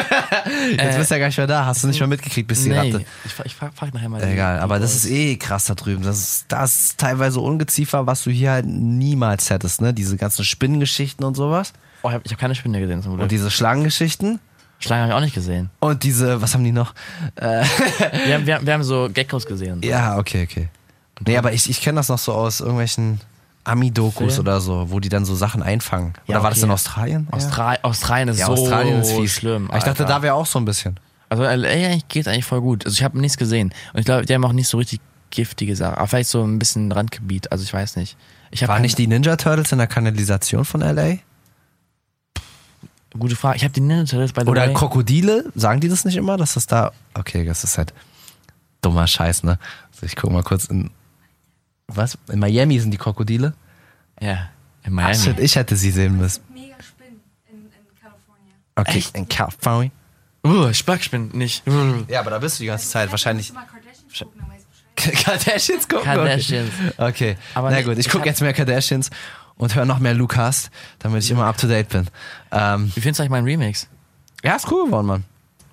S2: Jetzt bist du ja gar nicht mehr da. Hast du nicht mehr mitgekriegt, bis die Ratte.
S3: ich, fra- ich frage frag nachher mal. die-
S2: Egal,
S3: die
S2: aber das
S3: Boys.
S2: ist eh krass da drüben. Das ist, das ist teilweise Ungeziefer, was du hier halt niemals hättest, ne? Diese ganzen Spinnengeschichten und sowas.
S3: Oh, ich habe hab keine Spinne gesehen zum Glück.
S2: Und diese Schlangengeschichten.
S3: Schlangen habe ich auch nicht gesehen.
S2: Und diese, was haben die noch?
S3: Wir, haben- wir, haben- wir haben so Geckos gesehen.
S2: Ja, okay, okay. Nee, aber ich, ich kenne das noch so aus irgendwelchen Ami-Dokus
S3: Film?
S2: oder so, wo die dann so Sachen einfangen. Oder
S3: Ja,
S2: war das
S3: okay.
S2: in Australien?
S3: Austral Australien ist
S2: ja,
S3: so
S2: Australien ist fies.
S3: schlimm.
S2: Aber ich dachte,
S3: Alter.
S2: da wäre auch so ein bisschen.
S3: Also LA eigentlich geht eigentlich voll gut. Also ich habe nichts gesehen. Und ich glaube, die haben auch nicht so richtig giftige Sachen. Aber vielleicht so ein bisschen Randgebiet. Also ich weiß nicht. Ich hab
S2: Waren
S3: keine-
S2: nicht die Ninja Turtles in der Kanalisation von L.A.?
S3: Gute Frage. Ich habe die Ninja Turtles bei
S2: Oder
S3: way.
S2: Krokodile, sagen die das nicht immer, dass das da. Okay, das ist halt dummer Scheiß, ne? Also ich guck mal kurz in. Was? In Miami sind die Krokodile?
S3: Ja, in
S2: Ach,
S3: Miami.
S2: shit, ich hätte sie sehen müssen.
S4: mega Spinnen in, in California.
S2: Okay,
S3: Echt?
S2: in California.
S3: Uh, Spackspinn, nicht. Uh.
S2: Ja, aber da bist du die ganze Zeit wahrscheinlich.
S4: Ich mal Kardashians gucken, dann weiß ich Bescheid.
S2: Kardashians gucken.
S3: Kardashians.
S2: Okay, okay.
S3: Aber
S2: na
S3: nee,
S2: gut, ich
S3: ich
S2: gucke
S3: hab-
S2: jetzt mehr Kardashians und höre noch mehr Lukas, damit ich immer up to date bin. Ähm,
S3: Wie findest du eigentlich meinen Remix?
S2: ja, ist cool geworden, Mann.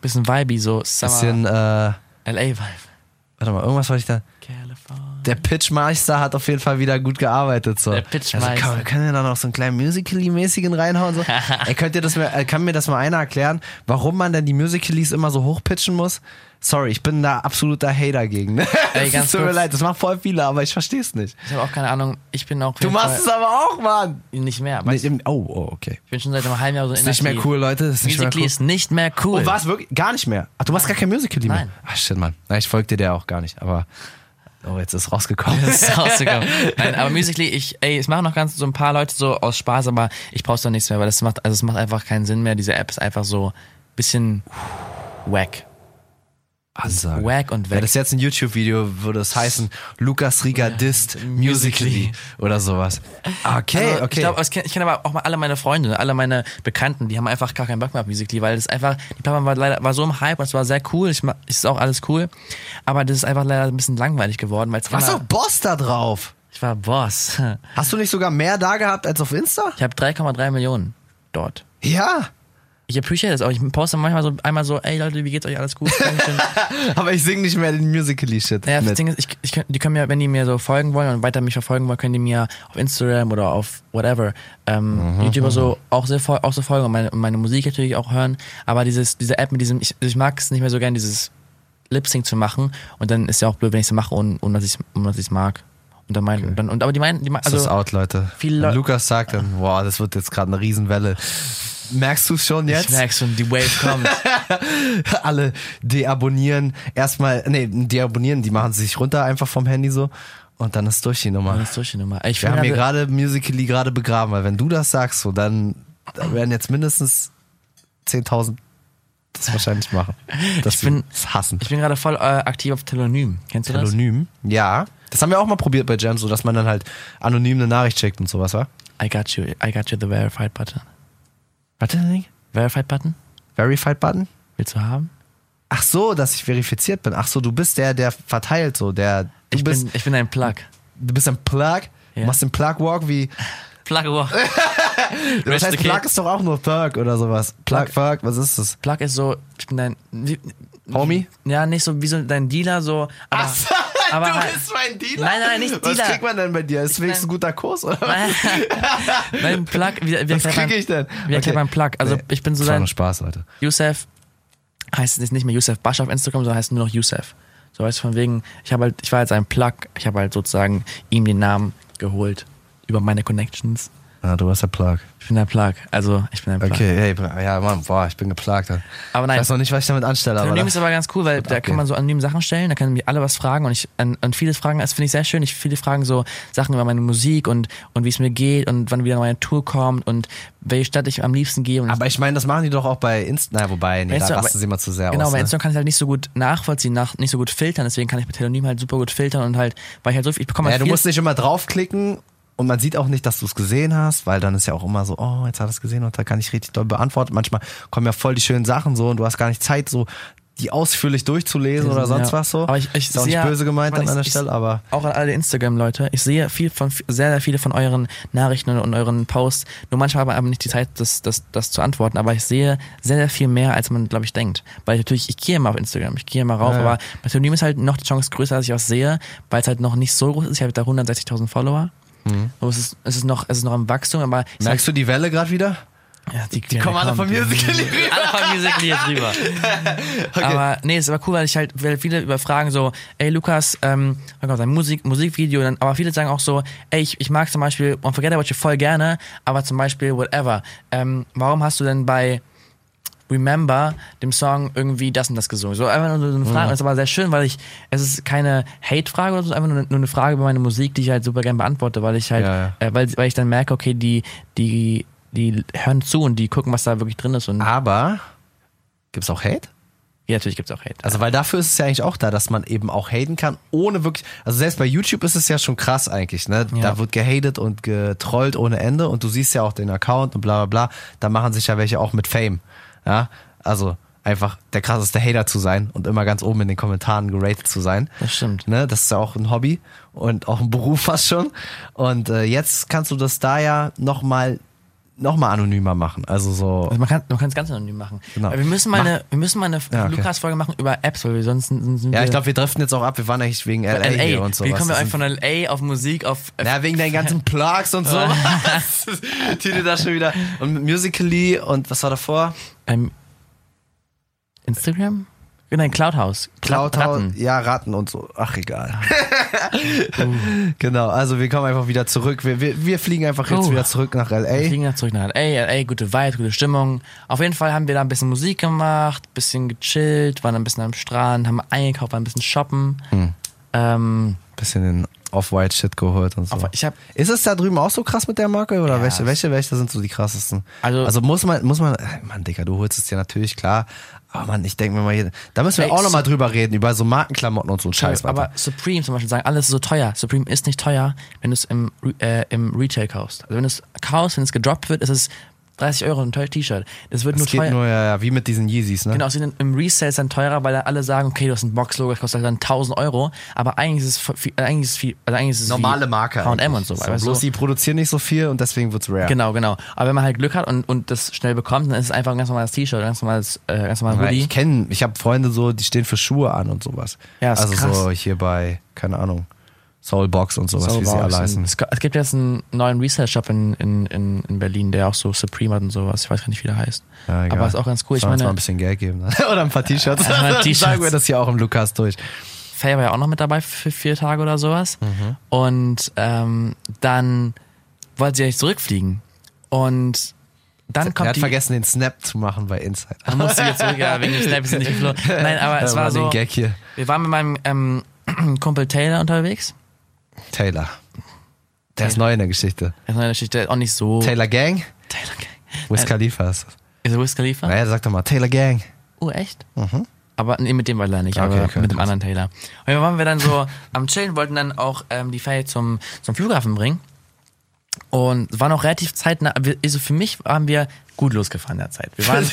S3: Bisschen vibey, so Summer
S2: Bisschen, äh, warte
S3: LA-Vibe.
S2: mal, irgendwas wollte ich da.
S3: California.
S2: der Pitchmeister hat auf jeden Fall wieder gut gearbeitet. So.
S3: Der Pitchmeister.
S2: Also, komm, können wir da noch so einen kleinen Musical.ly-mäßigen reinhauen? So? Ey, könnt ihr das mir, äh, kann mir das mal einer erklären, warum man denn die Musical.lys immer so hochpitchen muss? Sorry, ich bin da absoluter Hater gegen. Ne?
S3: Ey,
S2: Es
S3: ganz
S2: tut mir
S3: kurz.
S2: leid, das machen voll viele, aber ich verstehe es nicht.
S3: Ich habe auch keine Ahnung. Ich bin auch.
S2: Du machst es aber auch, Mann.
S3: Nicht mehr. Aber
S2: Nicht im, oh, oh, okay.
S3: ich bin schon seit einem halben Jahr so
S2: Ist nicht mehr cool, Leute. Ist nicht mehr
S3: Musically
S2: cool.
S3: ist nicht mehr cool.
S2: Und war es wirklich? Gar nicht mehr. Ach, du machst gar kein Musical.ly mehr.
S3: Nein.
S2: Ach, shit, Mann. Na, Ich folgte dir auch gar nicht, aber. Oh, jetzt ist rausgekommen.
S3: Das ist rausgekommen. Nein, aber Musically, ich, ey, es machen noch ganz so ein paar Leute so aus Spaß, aber ich brauch's doch nichts mehr, weil das macht, also es macht einfach keinen Sinn mehr. Diese App ist einfach so ein bisschen wack.
S2: Ansage.
S3: Wack und
S2: Wäre
S3: weg.
S2: das jetzt ein YouTube-Video, würde es heißen, Lukas Rieger dist Musically oder sowas. Okay, okay.
S3: Also, Ich, glaub, ich kenne ich kenn aber auch mal alle meine Freunde, alle meine Bekannten, die haben einfach gar keinen Bock mehr auf Musically, weil das einfach, die Plattform war leider war so im Hype und es war sehr cool, ich, ma- ist auch alles cool, aber das ist einfach leider ein bisschen langweilig geworden, weil es
S2: Was
S3: immer-
S2: auf Boss da drauf?
S3: Ich war Boss.
S2: Hast du nicht sogar mehr da gehabt als auf Insta?
S3: Ich habe 3,3 Millionen dort.
S2: Ja.
S3: Ich appreciate das auch. Ich poste manchmal so einmal so, ey Leute, wie geht's euch alles gut? Dankeschön.
S2: Aber ich singe nicht mehr den Musically-Shit.
S3: Naja, das
S2: mit.
S3: Ding ist, ich, ich, könnt- die können mir, wenn die mir so folgen wollen und weiter mich verfolgen wollen, können die mir auf Instagram oder auf whatever ähm,
S2: Mhm,
S3: YouTuber so auch, sehr, fol- auch so folgen und meine, und meine Musik natürlich auch hören. Aber dieses, diese App mit diesem, ich, ich mag es nicht mehr so gern, dieses Lip-Sync zu machen. Und dann ist ja auch blöd, wenn ich es mache, ohne, ohne dass ich es mag. Und dann meinen, dann, und, aber die meinen, die meinen,
S2: also, das ist
S3: also,
S2: out, Leute.
S3: Viele
S2: Wenn
S3: Leu-
S2: Lukas sagt dann, boah, das wird jetzt gerade eine Riesenwelle. Merkst du es schon
S3: ich
S2: jetzt?
S3: merk's schon, die Wave kommt.
S2: alle deabonnieren. Erstmal, nee, deabonnieren, die machen sich runter einfach vom Handy so. Und dann ist durch die Nummer.
S3: Oh, das ist durch die Nummer. Ich
S2: Wir
S3: bin
S2: haben hier
S3: gerade-
S2: gerade Musically gerade begraben, weil wenn du das sagst, so, dann dann werden jetzt mindestens 10.000 das wahrscheinlich machen. Dass
S3: Ich bin-
S2: es hassen.
S3: Ich bin gerade voll äh, aktiv auf Telonym. Kennst du das?
S2: Anonym? Ja. Das haben wir auch mal probiert bei Jam, so dass man dann halt anonym eine Nachricht schickt und sowas, wa?
S3: I got you. I got you the verified button.
S2: Warte, Nick?
S3: Verified button?
S2: Verified Button?
S3: Willst du haben?
S2: Ach so, dass ich verifiziert bin. Ach so, du bist der, der verteilt so, der du
S3: Ich
S2: bist
S3: bin, ich bin ein Plug.
S2: du bist ein Plug,
S3: Ja.
S2: machst den Plug Walk wie
S3: Plug Walk.
S2: das heißt Plug ist doch auch nur Thug oder sowas. Plug, Thug, was ist das?
S3: Plug ist so, ich bin dein. Wie,
S2: Homie?
S3: ja, nicht so wie so dein Dealer, so. Aber, aber halt-
S2: mein Dealer.
S3: Nein, nein, nicht
S2: Was
S3: Dealer.
S2: kriegt man denn bei dir? Ist wenigstens ein
S3: mein-
S2: guter Kurs, oder? was?
S3: Nein, Plug. Wie, wie
S2: Was
S3: erklärt man-
S2: kriege ich denn?
S3: Wie erklärt man Plug? Also,
S2: Nee,
S3: ich bin so
S2: das war
S3: dein.
S2: nur Spaß, Leute.
S3: Youssef heißt jetzt nicht mehr Youssef Basch auf Instagram, sondern heißt nur noch Youssef. So weißt du, von wegen, ich habe halt, ich war jetzt ein Plug, ich habe halt sozusagen ihm den Namen geholt über meine Connections.
S2: Ah, du warst der Plug.
S3: Ich bin der Plug. Also, ich bin der Plug.
S2: Okay, hey, bra- ja, Mann, boah, ich bin geplagt.
S3: Aber nein.
S2: Ich weiß noch nicht, was ich damit anstelle, aber.
S3: Anonym
S2: Das,
S3: ist aber ganz cool, weil da kann
S2: abgehen.
S3: man so anonym Sachen stellen, da können mich alle was fragen und ich an, an viele Fragen, das finde ich sehr schön. Ich viele Fragen so Sachen über meine Musik und und wie es mir geht und wann wieder meine Tour kommt und welche Stadt ich am liebsten gehe und
S2: aber ich meine, das machen die doch auch bei Insta. Na, wobei, nee,
S3: Bei Insta-
S2: da rasten
S3: bei-
S2: sie immer zu sehr
S3: Genau,
S2: aus.
S3: bei
S2: ne?
S3: Instagram kann ich halt nicht so gut nachvollziehen, nach, nicht so gut filtern, deswegen kann ich mit Telonym halt super gut filtern und halt, weil ich halt so viel, ich bekomme
S2: Ja,
S3: halt
S2: du
S3: viel-
S2: musst nicht immer draufklicken und man sieht auch nicht, dass du es gesehen hast, weil dann ist ja auch immer so, oh, jetzt hat er es gesehen und da kann ich richtig doll beantworten. Manchmal kommen ja voll die schönen Sachen so und du hast gar nicht Zeit, so die ausführlich durchzulesen oder sonst
S3: Ja.
S2: was so.
S3: Aber ich, ich
S2: ist auch nicht
S3: sehe-
S2: böse gemeint
S3: ich-
S2: an einer
S3: ich-
S2: Stelle, aber
S3: Auch an alle Instagram-Leute. Ich sehe viel von, sehr, sehr viele von euren Nachrichten und, und euren Posts. Nur manchmal habe ich aber nicht die Zeit, das, das, das zu antworten. Aber ich sehe sehr, sehr viel mehr, als man, glaube ich, denkt. Weil ich natürlich, ich gehe immer auf Instagram, ich gehe immer rauf.
S2: Ja, ja.
S3: Aber bei Telonym ist halt noch die Chance größer, dass ich was sehe, weil es halt noch nicht so groß ist. Ich habe da 160.000 Follower. Und es ist, es ist noch, es ist noch im Wachstum, aber ich
S2: Mhm. merkst du die Welle gerade wieder?
S3: sag- ja, die,
S2: kommen alle von
S3: kommt.
S2: Musical.ly rüber.
S3: Alle von Musical.ly jetzt rüber. Aber nee, ist aber cool, weil ich halt, weil viele überfragen so, ey Lukas, ähm, oh Gott, sein Musik, Musikvideo, dann, aber viele sagen auch so, ey, ich, ich mag zum Beispiel Unforget About You voll gerne, aber zum Beispiel Whatever. Ähm, warum hast du denn bei Remember dem Song irgendwie das und das gesungen? So einfach nur so eine Frage, das ist aber sehr schön, weil ich, es ist keine Hate-Frage oder so, es ist einfach nur, eine- nur eine Frage über meine Musik, die ich halt super gerne beantworte, weil ich halt,
S2: Ja, ja.
S3: Äh, weil, weil ich dann merke, okay, die, die, die hören zu und die gucken, was da wirklich drin ist
S2: Ah,
S3: und
S2: Aber gibt es auch Hate?
S3: ja, natürlich gibt's auch Hate.
S2: Also, weil dafür ist es ja eigentlich auch da, dass man eben auch haten kann, ohne wirklich. Also, selbst bei YouTube ist es ja schon krass eigentlich, ne? Da wird gehatet und getrollt ohne Ende und du siehst ja auch den Account und bla bla bla. Da machen sich ja welche auch mit Fame. Ja, also einfach der krasseste Hater zu sein und immer ganz oben in den Kommentaren geratet zu sein.
S3: Das stimmt.
S2: Ne? Das ist ja auch ein Hobby und auch ein Beruf fast schon. Und äh, jetzt kannst du das da ja nochmal noch mal anonymer machen. Also so.
S3: Also man kann man kann es ganz anonym machen.
S2: Genau.
S3: Aber wir müssen mal
S2: Mach-
S3: eine wir müssen mal eine
S2: Ja, okay.
S3: Lukas Folge machen über Apps, weil wir sonst sind sind
S2: Ja,
S3: wir
S2: ich glaube, wir driften jetzt auch ab. Wir waren eigentlich wegen LA,
S3: LA.
S2: hier und sowas.
S3: Wie kommen wir
S2: Das
S3: einfach von LA auf Musik auf
S2: Na, wegen deinen ganzen Plugs und so. Die du da schon wieder. Und mit Musically und was war davor?
S3: ähm, Instagram? Nein, Cloudhouse. Cloud
S2: Cloud-
S3: Ratten.
S2: Ja, Ratten und so. Ach, egal. genau, also wir kommen einfach wieder zurück. Wir, wir, wir fliegen einfach jetzt
S3: Oh.
S2: wieder zurück nach
S3: Wir
S2: L.A.
S3: fliegen nach zurück nach LA, LA, gute Vibe, gute Stimmung. Auf jeden Fall haben wir da ein bisschen Musik gemacht, bisschen gechillt, waren ein bisschen am Strand, haben eingekauft, waren ein bisschen shoppen.
S2: Hm.
S3: Ähm,
S2: Bisschen den Off-White-Shit geholt und so.
S3: auf, ich habe
S2: Ist es da drüben auch so krass mit der Marke oder
S3: Ja,
S2: welche,
S3: es-
S2: welche, welche sind so die krassesten?
S3: Also-
S2: also muss man, muss man, äh, Mann, Digga, du holst es dir natürlich klar. Aber Mann, ich denke mir mal hier, da müssen wir
S3: Ey,
S2: auch nochmal
S3: so-
S2: drüber reden, über so Markenklamotten und so einen Scheiß. Alter.
S3: Aber Supreme zum Beispiel sagen, alles ist so teuer. Supreme ist nicht teuer, wenn du es im, Re- äh, im Retail kaufst. Also wenn du es kaufst, wenn es gedroppt wird, ist es 30 Euro ein tolles T-Shirt. Das wird
S2: es
S3: nur
S2: geht
S3: teuer.
S2: nur, ja, ja, wie mit diesen Yeezys, ne?
S3: Genau, es sind im Resale ist dann teurer, weil da alle sagen, okay, du hast ein Box-Logo, das kostet dann 1000 Euro. Aber eigentlich ist es voll viel, äh, eigentlich ist es viel, also eigentlich ist es
S2: normale
S3: wie
S2: Marke.
S3: H&M
S2: eigentlich.
S3: und so.
S2: so
S3: weißt du?
S2: bloß die produzieren nicht so viel und deswegen wird's rare.
S3: Genau, genau. Aber wenn man halt Glück hat und, und das schnell bekommt, dann ist es einfach ein ganz normales T-Shirt, ein ganz normales, äh, ganz normales
S2: Weil
S3: Hoodie.
S2: ich kenne, ich habe Freunde so, die stehen für Schuhe an und sowas.
S3: Ja, ist
S2: also
S3: krass.
S2: so hier bei, keine Ahnung, Soulbox und sowas, wie sie
S3: Soulbox
S2: alle
S3: und-
S2: heißen.
S3: Es g- es gibt jetzt einen neuen Resale-Shop in, in, in, in Berlin, der auch so Supreme hat und sowas. Ich weiß gar nicht, wie der heißt.
S2: Ja, egal.
S3: Aber ist auch ganz cool. Ich
S2: Sollen uns mal
S3: meine,
S2: ein bisschen Geld geben. Ne? Oder ein paar T-Shirts.
S3: Ja,
S2: Dann
S3: T-Shirts.
S2: sagen wir das hier auch im Lukas durch.
S3: Faye war ja auch noch mit dabei für vier Tage oder sowas.
S2: Mhm.
S3: Und ähm, dann wollte sie eigentlich zurückfliegen. Und dann
S2: Er
S3: kommt
S2: hat
S3: die...
S2: vergessen, den Snap zu machen bei Inside.
S3: Dann musste sie jetzt zurück, ja, wegen dem Snap ist sie nicht geflogen. Nein, aber es
S2: Da
S3: war
S2: den
S3: so...
S2: Gag hier.
S3: Wir waren mit meinem ähm, Kumpel Taylor unterwegs.
S2: Taylor. Der ist neu in der Geschichte.
S3: Das ist eine Geschichte, auch nicht so...
S2: Taylor Gang,
S3: Taylor. Äh.
S2: Wiz Khalifa ist das.
S3: Ist er Wiz Khalifa?
S2: Naja, sag doch mal, Taylor Gang.
S3: Oh, echt? Aber nee, mit dem war leider nicht,
S2: Mhm. Ah, Okay,
S3: aber
S2: okay,
S3: mit dem
S2: krass.
S3: anderen Taylor. Und dann waren wir dann so am Chillen, wollten dann auch ähm, die Faye zum, zum Flughafen bringen. Und war noch relativ zeitnah. wir- Also für mich waren wir gut losgefahren in der Zeit. Wir waren,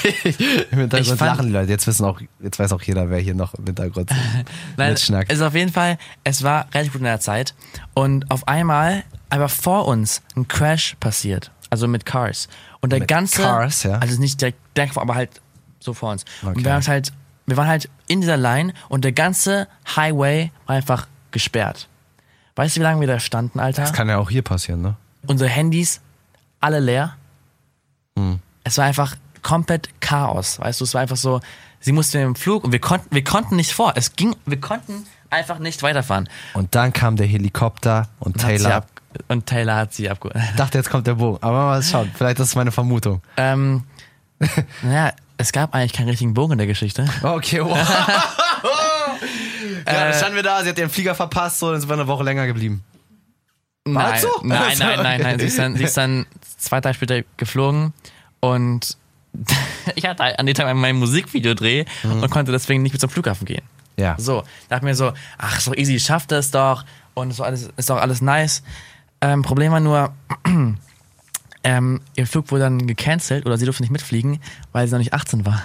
S2: Im Hintergrund
S3: fand-
S2: lachen die Leute. Jetzt wissen auch, jetzt weiß auch jeder, wer hier noch im Hintergrund
S3: Nein,
S2: mitschnackt.
S3: Also auf jeden Fall, es war relativ gut in der Zeit. Und auf einmal, aber vor uns, ein Crash passiert. Also mit Cars. Und der
S2: Mit
S3: ganze.
S2: Cars, ja.
S3: Also nicht direkt, direkt vor, aber halt so vor uns.
S2: Okay.
S3: Und wir haben uns halt, wir waren halt in dieser Line und der ganze Highway war einfach gesperrt. Weißt du, wie lange wir da standen, Alter?
S2: Das kann ja auch hier passieren, ne?
S3: unsere Handys alle leer.
S2: Hm.
S3: Es war einfach komplett Chaos, weißt du, es war einfach so, sie musste im Flug und wir konnten, wir konnten nicht vor, es ging, wir konnten einfach nicht weiterfahren.
S2: Und dann kam der Helikopter und
S3: Hat sie
S2: Taylor
S3: ab- Und Taylor hat sie abgeholt.
S2: Dachte, jetzt kommt der Bogen. Aber mal schauen. Vielleicht ist es meine Vermutung.
S3: Ähm, naja, es gab eigentlich keinen richtigen Bogen in der Geschichte.
S2: Okay, wow. ja, dann standen wir da, sie hat ihren Flieger verpasst, so, dann sind wir eine Woche länger geblieben.
S3: Nein,
S2: War's so?
S3: nein,
S2: Also,
S3: nein, nein, nein. Sie ist dann, sie ist dann zwei Tage später geflogen und ich hatte halt an dem Tag mein Musikvideodreh und konnte deswegen nicht mit zum Flughafen gehen.
S2: Ja.
S3: So, dachte mir so, ach, ist doch easy, schafft das doch und so alles, ist doch alles nice. Ähm, Problem war nur, ähm, ihr Flug wurde dann gecancelt oder sie durfte nicht mitfliegen, weil sie noch nicht 18 war.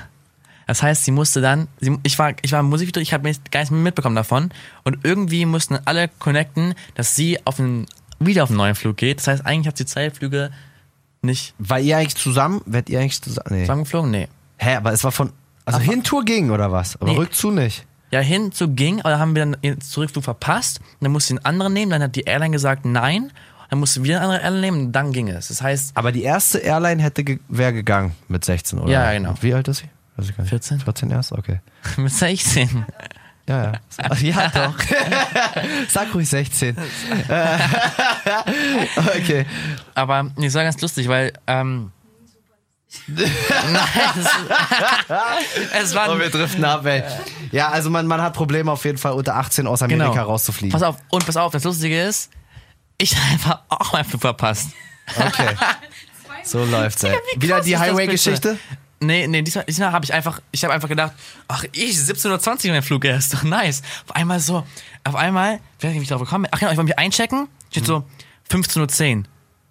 S3: Das heißt, sie musste dann, sie, ich war, ich war im Musikvideo, ich habe gar nichts mitbekommen davon und irgendwie mussten alle connecten, dass sie auf einen, wieder auf einen neuen Flug geht. Das heißt, eigentlich hat sie zwei Flüge nicht
S2: War ihr eigentlich zusammen? Werd ihr eigentlich zusammen? Nee.
S3: zusammengeflogen, nee.
S2: Hä, aber es war von. Also Hintour ging oder was? Aber
S3: Nee.
S2: Rückzu nicht.
S3: ja, hin zu ging, aber da haben wir dann ihren Zurückflug verpasst. Und dann musste sie einen anderen nehmen, dann hat die Airline gesagt nein. Dann musste sie wieder eine andere Airline nehmen und dann ging es. Das heißt,
S2: Aber die erste Airline hätte ge wäre gegangen mit 16, oder?
S3: Ja, genau.
S2: Wie alt ist sie? Weiß ich gar nicht.
S3: 14.
S2: 14 erst? Okay.
S3: mit 16.
S2: Ja, ja. Ach, ja, doch. Sag ruhig 16. Äh, okay.
S3: Aber nee, es war ganz lustig, weil. Ähm, Nein, es, es war
S2: Oh, wir driften ab, ey. Ja, also man, man hat Probleme auf jeden Fall unter 18 aus Amerika rauszufliegen.
S3: genau. Pass auf, und pass auf, das Lustige ist, ich habe einfach auch meinen Flug verpasst.
S2: Okay. So läuft's, ey.
S3: wie
S2: Wieder
S3: krass
S2: die
S3: ist das
S2: Highway-Geschichte?
S3: Nee, nee, diesmal, diesmal habe ich einfach, ich habe einfach gedacht, ach, ich, 17.20 Uhr mein Flug erst, doch nice. Auf einmal so, auf einmal, wer ich mich drauf gekommen bin, ach genau, ich wollte mich einchecken,
S2: Mhm.
S3: steht so 15.10 Uhr.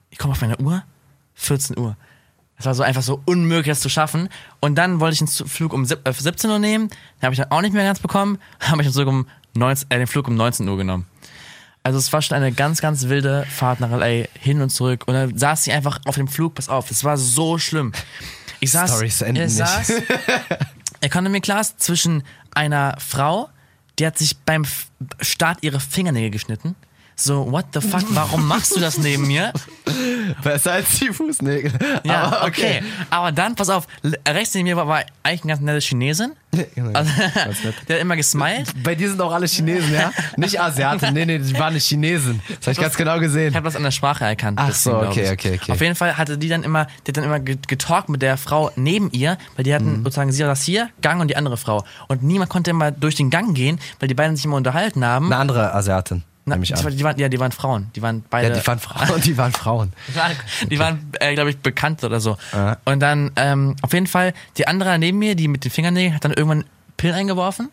S3: Ich komme auf meine Uhr, 14 Uhr. Es war so einfach so unmöglich, das zu schaffen. Und dann wollte ich den Zu- Flug um sieb- äh, 17 Uhr nehmen, den habe ich dann auch nicht mehr ganz bekommen, habe ich den, Flug um 19, äh, den Flug um 19 Uhr genommen. Also es war schon eine ganz, ganz wilde Fahrt nach L.A. hin und zurück. Und dann saß ich einfach auf dem Flug, pass auf, das war so schlimm. Ich saß,
S2: Storys enden nicht.
S3: ich saß Economy Class zwischen einer Frau, die hat sich beim F- Start ihre Fingernägel geschnitten. So, what the fuck, warum machst du das neben mir?
S2: Besser als die Fußnägel.
S3: Ja,
S2: Aber
S3: okay. Aber dann, pass auf, l- rechts neben mir war, war eigentlich eine ganz nette Chinesin.
S2: Genau.
S3: Also, der hat immer gesmiled.
S2: Bei dir sind auch alle Chinesen, ja? Nicht Asiaten. Nee, nee, die waren nicht Chinesen. Das habe ich ganz genau
S3: Ich
S2: gesehen.
S3: habe das an der Sprache erkannt.
S2: Ach
S3: deswegen,
S2: so,
S3: glaub
S2: okay,
S3: ich.
S2: okay, okay.
S3: Auf jeden Fall hatte die dann immer, die hat dann immer ge- getalkt mit der Frau neben ihr, weil die
S2: Mhm.
S3: hatten sozusagen sie das hier, Gang und die andere Frau. Und niemand konnte immer durch den Gang gehen, weil die beiden sich immer unterhalten haben.
S2: Eine andere Asiatin,
S3: Na,
S2: nehme ich
S3: die,
S2: an.
S3: die waren, ja, die waren Frauen. Die waren beide.
S2: Ja, die waren Frauen. Die waren Frauen.
S3: Die waren, die waren, äh, glaube ich, bekannt oder so. Und dann, ähm, auf jeden Fall, die andere neben mir, die mit den Fingernägeln, hat dann irgendwann Pillen eingeworfen.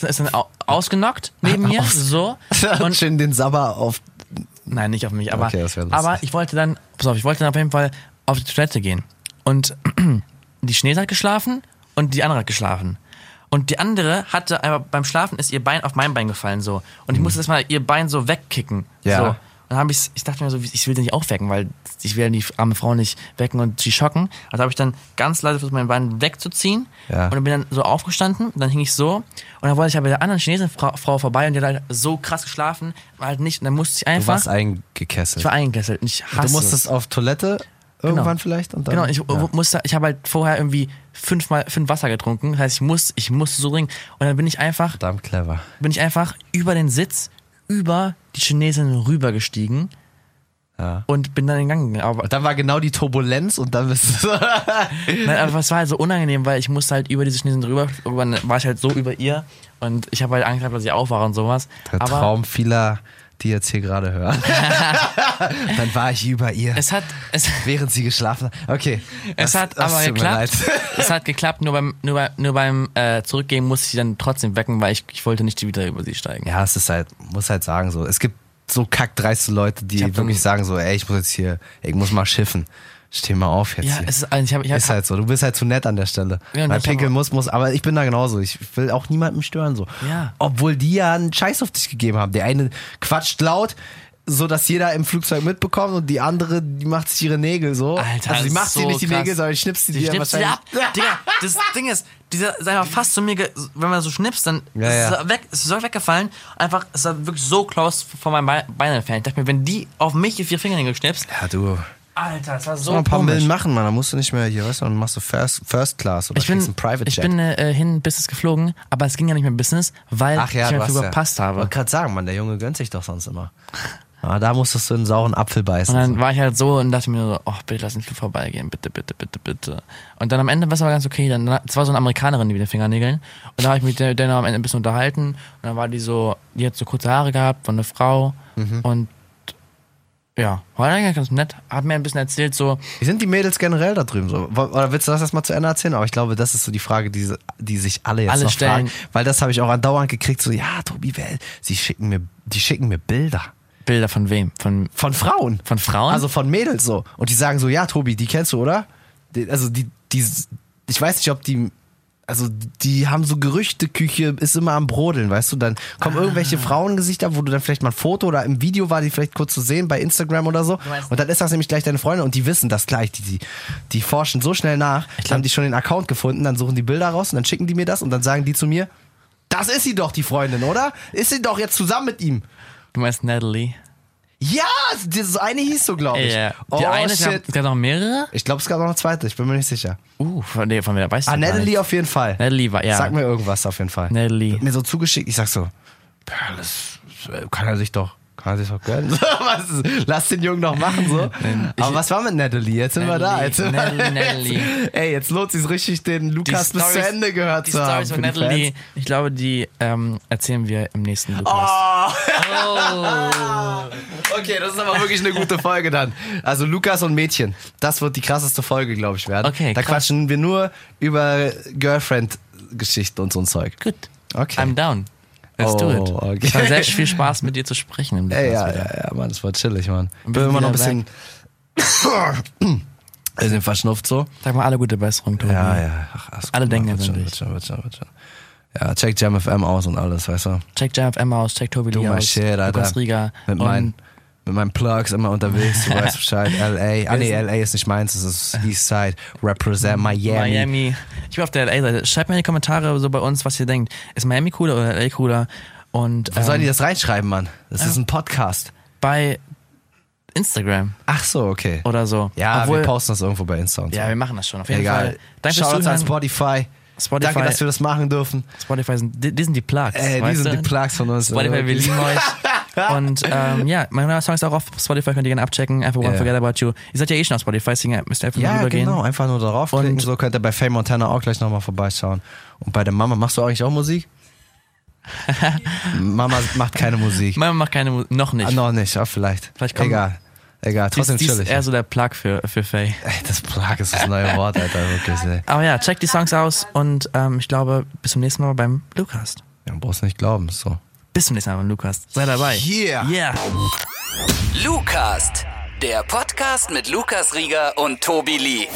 S3: Ist dann au- ausgenockt neben mir.
S2: Aus-
S3: So.
S2: Und schön den Sabber auf.
S3: Nein, nicht auf mich, aber,
S2: Okay, das wär lustig.
S3: aber ich wollte dann, pass auf, ich wollte dann auf jeden Fall auf die Toilette gehen. Und die Chinese hat geschlafen und die andere hat geschlafen. Und die andere hatte aber beim Schlafen ist ihr Bein auf mein Bein gefallen so. Und ich musste erstmal ihr Bein so wegkicken.
S2: Mhm. Ja.
S3: So. Und dann habe ich, ich dachte mir so, ich will den nicht aufwecken, weil ich will die arme Frau nicht wecken und sie schocken. Also habe ich dann ganz leise versucht, mein Bein wegzuziehen.
S2: Ja.
S3: Und dann bin dann so aufgestanden, und dann hing ich so. Und dann wollte ich aber der anderen chinesischen Frau, Frau vorbei und die hat halt so krass geschlafen, war halt nicht. Und dann musste ich
S2: Du
S3: einfach.
S2: warst eingekesselt.
S3: Ich war eingekesselt und ich hasse
S2: du musstest
S3: es.
S2: auf Toilette irgendwann vielleicht und dann.
S3: Genau, ich
S2: ja.
S3: äh, musste, ich habe halt vorher irgendwie fünfmal fünf Wasser getrunken. Das heißt, ich muss, ich musste so trinken. Und dann bin ich einfach,
S2: Verdammt clever.
S3: bin ich einfach über den Sitz, über die Chinesin rübergestiegen
S2: Ja.
S3: und bin dann in den Gang gegangen. Aber
S2: Und dann war genau die Turbulenz und dann bist du.
S3: Nein, aber es war halt so unangenehm, weil ich musste halt über diese Chinesin drüber, irgendwann war ich halt so über ihr und ich habe halt Angst gehabt, dass ich aufwache und sowas.
S2: Der
S3: aber
S2: Traum vieler, die jetzt hier gerade hören. dann war ich über ihr,
S3: es hat, es,
S2: während sie geschlafen hat. Okay.
S3: es
S2: das-
S3: hat
S2: das
S3: aber
S2: tut mir
S3: geklappt.
S2: leid.
S3: Es hat geklappt, nur beim, nur beim, nur beim äh, Zurückgehen musste ich sie dann trotzdem wecken, weil ich, ich wollte nicht wieder über sie steigen.
S2: Ja, es ist halt, muss halt sagen so. Es gibt so kackdreiste Leute, die
S3: Ich hab
S2: wirklich
S3: dann-
S2: sagen so, ey, ich muss jetzt hier, ey, ich muss mal schiffen. Steh mal auf jetzt
S3: Ja,
S2: hier.
S3: es ist, also ich habe ich hab,
S2: ist halt so. Du bist halt zu nett an der Stelle.
S3: Ja, und
S2: Weil
S3: ich hab
S2: Pinkel
S3: auch-
S2: muss, muss. Aber ich bin da genauso. Ich will auch niemandem stören so.
S3: Ja.
S2: Obwohl die ja einen Scheiß auf dich gegeben haben. Der eine quatscht laut, so dass jeder im Flugzeug mitbekommt und die andere, die macht sich ihre Nägel so.
S3: Alter,
S2: also die
S3: das
S2: macht
S3: ist
S2: dir
S3: so
S2: nicht die
S3: krass.
S2: Nägel, sondern schnipst die,
S3: Die
S2: dir
S3: schnipst sie ab.
S2: wahrscheinlich.
S3: Digga, das Ding ist, dieser ist einfach fast zu mir, ge- wenn man so schnippst, dann
S2: Ja,
S3: ist
S2: ja.
S3: es weg, ist es so weggefallen. Einfach, es war wirklich so close von meinem Bein- Bein entfernt. Ich dachte mir, wenn die auf mich die vier Fingernägel schnippst,
S2: Ja, du.
S3: Alter, das war so
S2: Mal ein paar
S3: komisch.
S2: Millen machen, Mann. Dann musst du nicht mehr hier, weißt du, dann machst du First, First Class oder
S3: Ich bin,
S2: kriegst einen Private
S3: ich
S2: Jet.
S3: bin äh, hin Business geflogen, aber es ging ja nicht mehr Business, weil
S2: Ach ja,
S3: ich
S2: du
S3: meinen
S2: hast
S3: Flug
S2: ja.
S3: verpasst habe.
S2: Wollte gerade sagen, Mann, der Junge gönnt sich doch sonst immer. Ah, da musstest du in einen sauren Apfel beißen.
S3: Und dann war ich halt so und dachte mir nur so, oh, bitte lass den Flug vorbeigehen, bitte, bitte, bitte, bitte. Und dann am Ende war es aber ganz okay. Dann es war so eine Amerikanerin, die mit den Fingernägeln. Und da habe ich mich mit der noch am Ende ein bisschen unterhalten. Und dann war die so, die hat so kurze Haare gehabt von einer Frau.
S2: Mhm.
S3: Und ja, war eigentlich ganz nett. Hat mir ein bisschen erzählt, so,
S2: Wie sind die Mädels generell da drüben so? Wo- Oder willst du das erstmal zu Ende erzählen? Aber ich glaube, das ist so die Frage, die, die sich alle jetzt
S3: Alle
S2: noch
S3: stellen.
S2: fragen. Weil das habe ich auch andauernd gekriegt, so, ja, Tobi, well, sie schicken mir, die schicken mir Bilder.
S3: Bilder von wem? Von,
S2: Von Frauen.
S3: von Frauen?
S2: Also von Mädels so. Und die sagen so, ja, Tobi, die kennst du, oder? Die, also die, die, ich weiß nicht, ob die, also die haben so Gerüchteküche, ist immer am Brodeln, weißt du? Dann kommen
S3: Ah.
S2: irgendwelche Frauengesichter, wo du dann vielleicht mal ein Foto oder im Video war die vielleicht kurz zu sehen bei Instagram oder so.
S3: weißt-
S2: Und dann ist das nämlich gleich deine Freundin und die wissen das gleich. Die, die, die forschen so schnell nach, dann haben die schon den Account gefunden, dann suchen die Bilder raus und dann schicken die mir das und dann sagen die zu mir, das ist sie doch, die Freundin, oder? Ist sie doch jetzt zusammen mit ihm?
S3: du meinst Natalie?
S2: Ja, dieses eine hieß so, glaube ich.
S3: Ja.
S2: Oh,
S3: die eine, es
S2: shit.
S3: gab- es gab noch mehrere?
S2: Ich glaube, es gab noch eine zweite, ich bin mir nicht sicher.
S3: Uh, von, nee, von wer weißt du
S2: Ah,
S3: gar
S2: Natalie
S3: nicht.
S2: auf jeden Fall.
S3: Natalie war, ja.
S2: Sag mir irgendwas auf jeden Fall.
S3: Natalie.
S2: Wird mir so zugeschickt, ich sag so, ja, das das kann er sich doch, kann er sich doch gönnen. So, was ist- Lass den Jungen doch machen, so. Aber was war mit Natalie? Jetzt sind wir da.
S3: Natalie,
S2: Jetzt sind wir,
S3: Natalie,
S2: Jetzt, ey, jetzt lohnt sich's richtig, den Lukas bis zu
S3: Storys-
S2: Ende gehört
S3: die
S2: zu haben.
S3: Storys
S2: für
S3: von
S2: die
S3: Natalie,
S2: Fans.
S3: ich glaube, die ähm, erzählen wir im nächsten Lukas.
S2: Oh,
S3: Oh.
S2: okay, das ist aber wirklich eine gute Folge dann. Also Lukas und Mädchen, das wird die krasseste Folge, glaube ich, werden.
S3: Okay,
S2: da
S3: krass.
S2: quatschen wir nur über Girlfriend-Geschichten und so ein Zeug.
S3: Gut.
S2: Okay.
S3: I'm down. Let's do
S2: Oh,
S3: it.
S2: okay.
S3: Es hat sehr viel Spaß, mit dir zu sprechen im
S2: Ey,
S3: Lukas
S2: ja,
S3: wieder.
S2: ja, ja, Mann, das war chillig, Mann. Ich bin
S3: bisschen
S2: immer noch ein
S3: wieder
S2: bisschen. bisschen verschnupft so.
S3: Sag mal alle gute Besserung, Tobi.
S2: Ja, ja. Ach, alles gut,
S3: Alle
S2: Mann,
S3: denken
S2: wird
S3: jetzt
S2: schon,
S3: an
S2: wird
S3: dich.
S2: schon, wird schon, wird schon. Ja, check Jam FM aus und alles, weißt du?
S3: Check Jam FM aus, check Tobi
S2: Do
S3: Lu
S2: my
S3: aus,
S2: shit, Alter.
S3: Lukas Rieger.
S2: Mit
S3: und
S2: meinen, mit meinen Plugs immer unterwegs, du weißt Bescheid. LA. Ah, nee, LA ist nicht meins, es ist Eastside. Represent Miami.
S3: Miami. Ich bin auf der LA-Seite. Schreibt mir in die Kommentare so bei uns, was ihr denkt. Ist Miami cooler oder LA cooler? Und
S2: Wo
S3: ähm,
S2: sollen die das reinschreiben, Mann? Das ist ein Podcast.
S3: bei Instagram
S2: Ach so, okay.
S3: oder so.
S2: Ja,
S3: Obwohl,
S2: wir posten das irgendwo bei Insta und so.
S3: Ja, wir machen das schon. Auf jeden
S2: Egal.
S3: Fall. Danke fürs
S2: Shoutouts an
S3: Zuhören.
S2: Spotify.
S3: Spotify.
S2: Danke, dass wir das machen dürfen.
S3: Spotify sind, die, die sind die Plugs.
S2: Ey, die
S3: weißt
S2: sind die
S3: du?
S2: Plugs von uns.
S3: Spotify, wir lieben euch. Und ähm, ja, mein neuer Song ist auch auf Spotify, könnt ihr gerne abchecken. Einfach
S2: Ja.
S3: yeah. Forget About You. Ihr seid ja eh schon auf Spotify, deswegen müsst ihr einfach nur
S2: Ja,
S3: rübergehen.
S2: genau. Einfach nur darauf klicken.
S3: Und-
S2: So könnt ihr bei Fame Montana auch gleich nochmal vorbeischauen. Und bei der Mama, machst du eigentlich auch Musik? Mama macht keine Musik.
S3: Mama macht keine Musik, noch nicht.
S2: Ah, noch nicht, aber vielleicht.
S3: Vielleicht kommt-
S2: Egal. Egal,
S3: Dies-
S2: trotzdem
S3: dies ist
S2: chillig.
S3: eher so der Plug für, für Faye.
S2: Ey, das Plag ist das neue Wort, Alter, wirklich. Ey.
S3: Aber ja, check die Songs aus und ähm, ich glaube, bis zum nächsten Mal beim Lukas.
S2: Ja, brauchst nicht glauben, ist so.
S3: Bis zum nächsten Mal beim Lukas. Sei dabei.
S2: Yeah.
S3: Yeah.
S1: Lucast, der Podcast mit Lukas Rieger und Tobi Lee.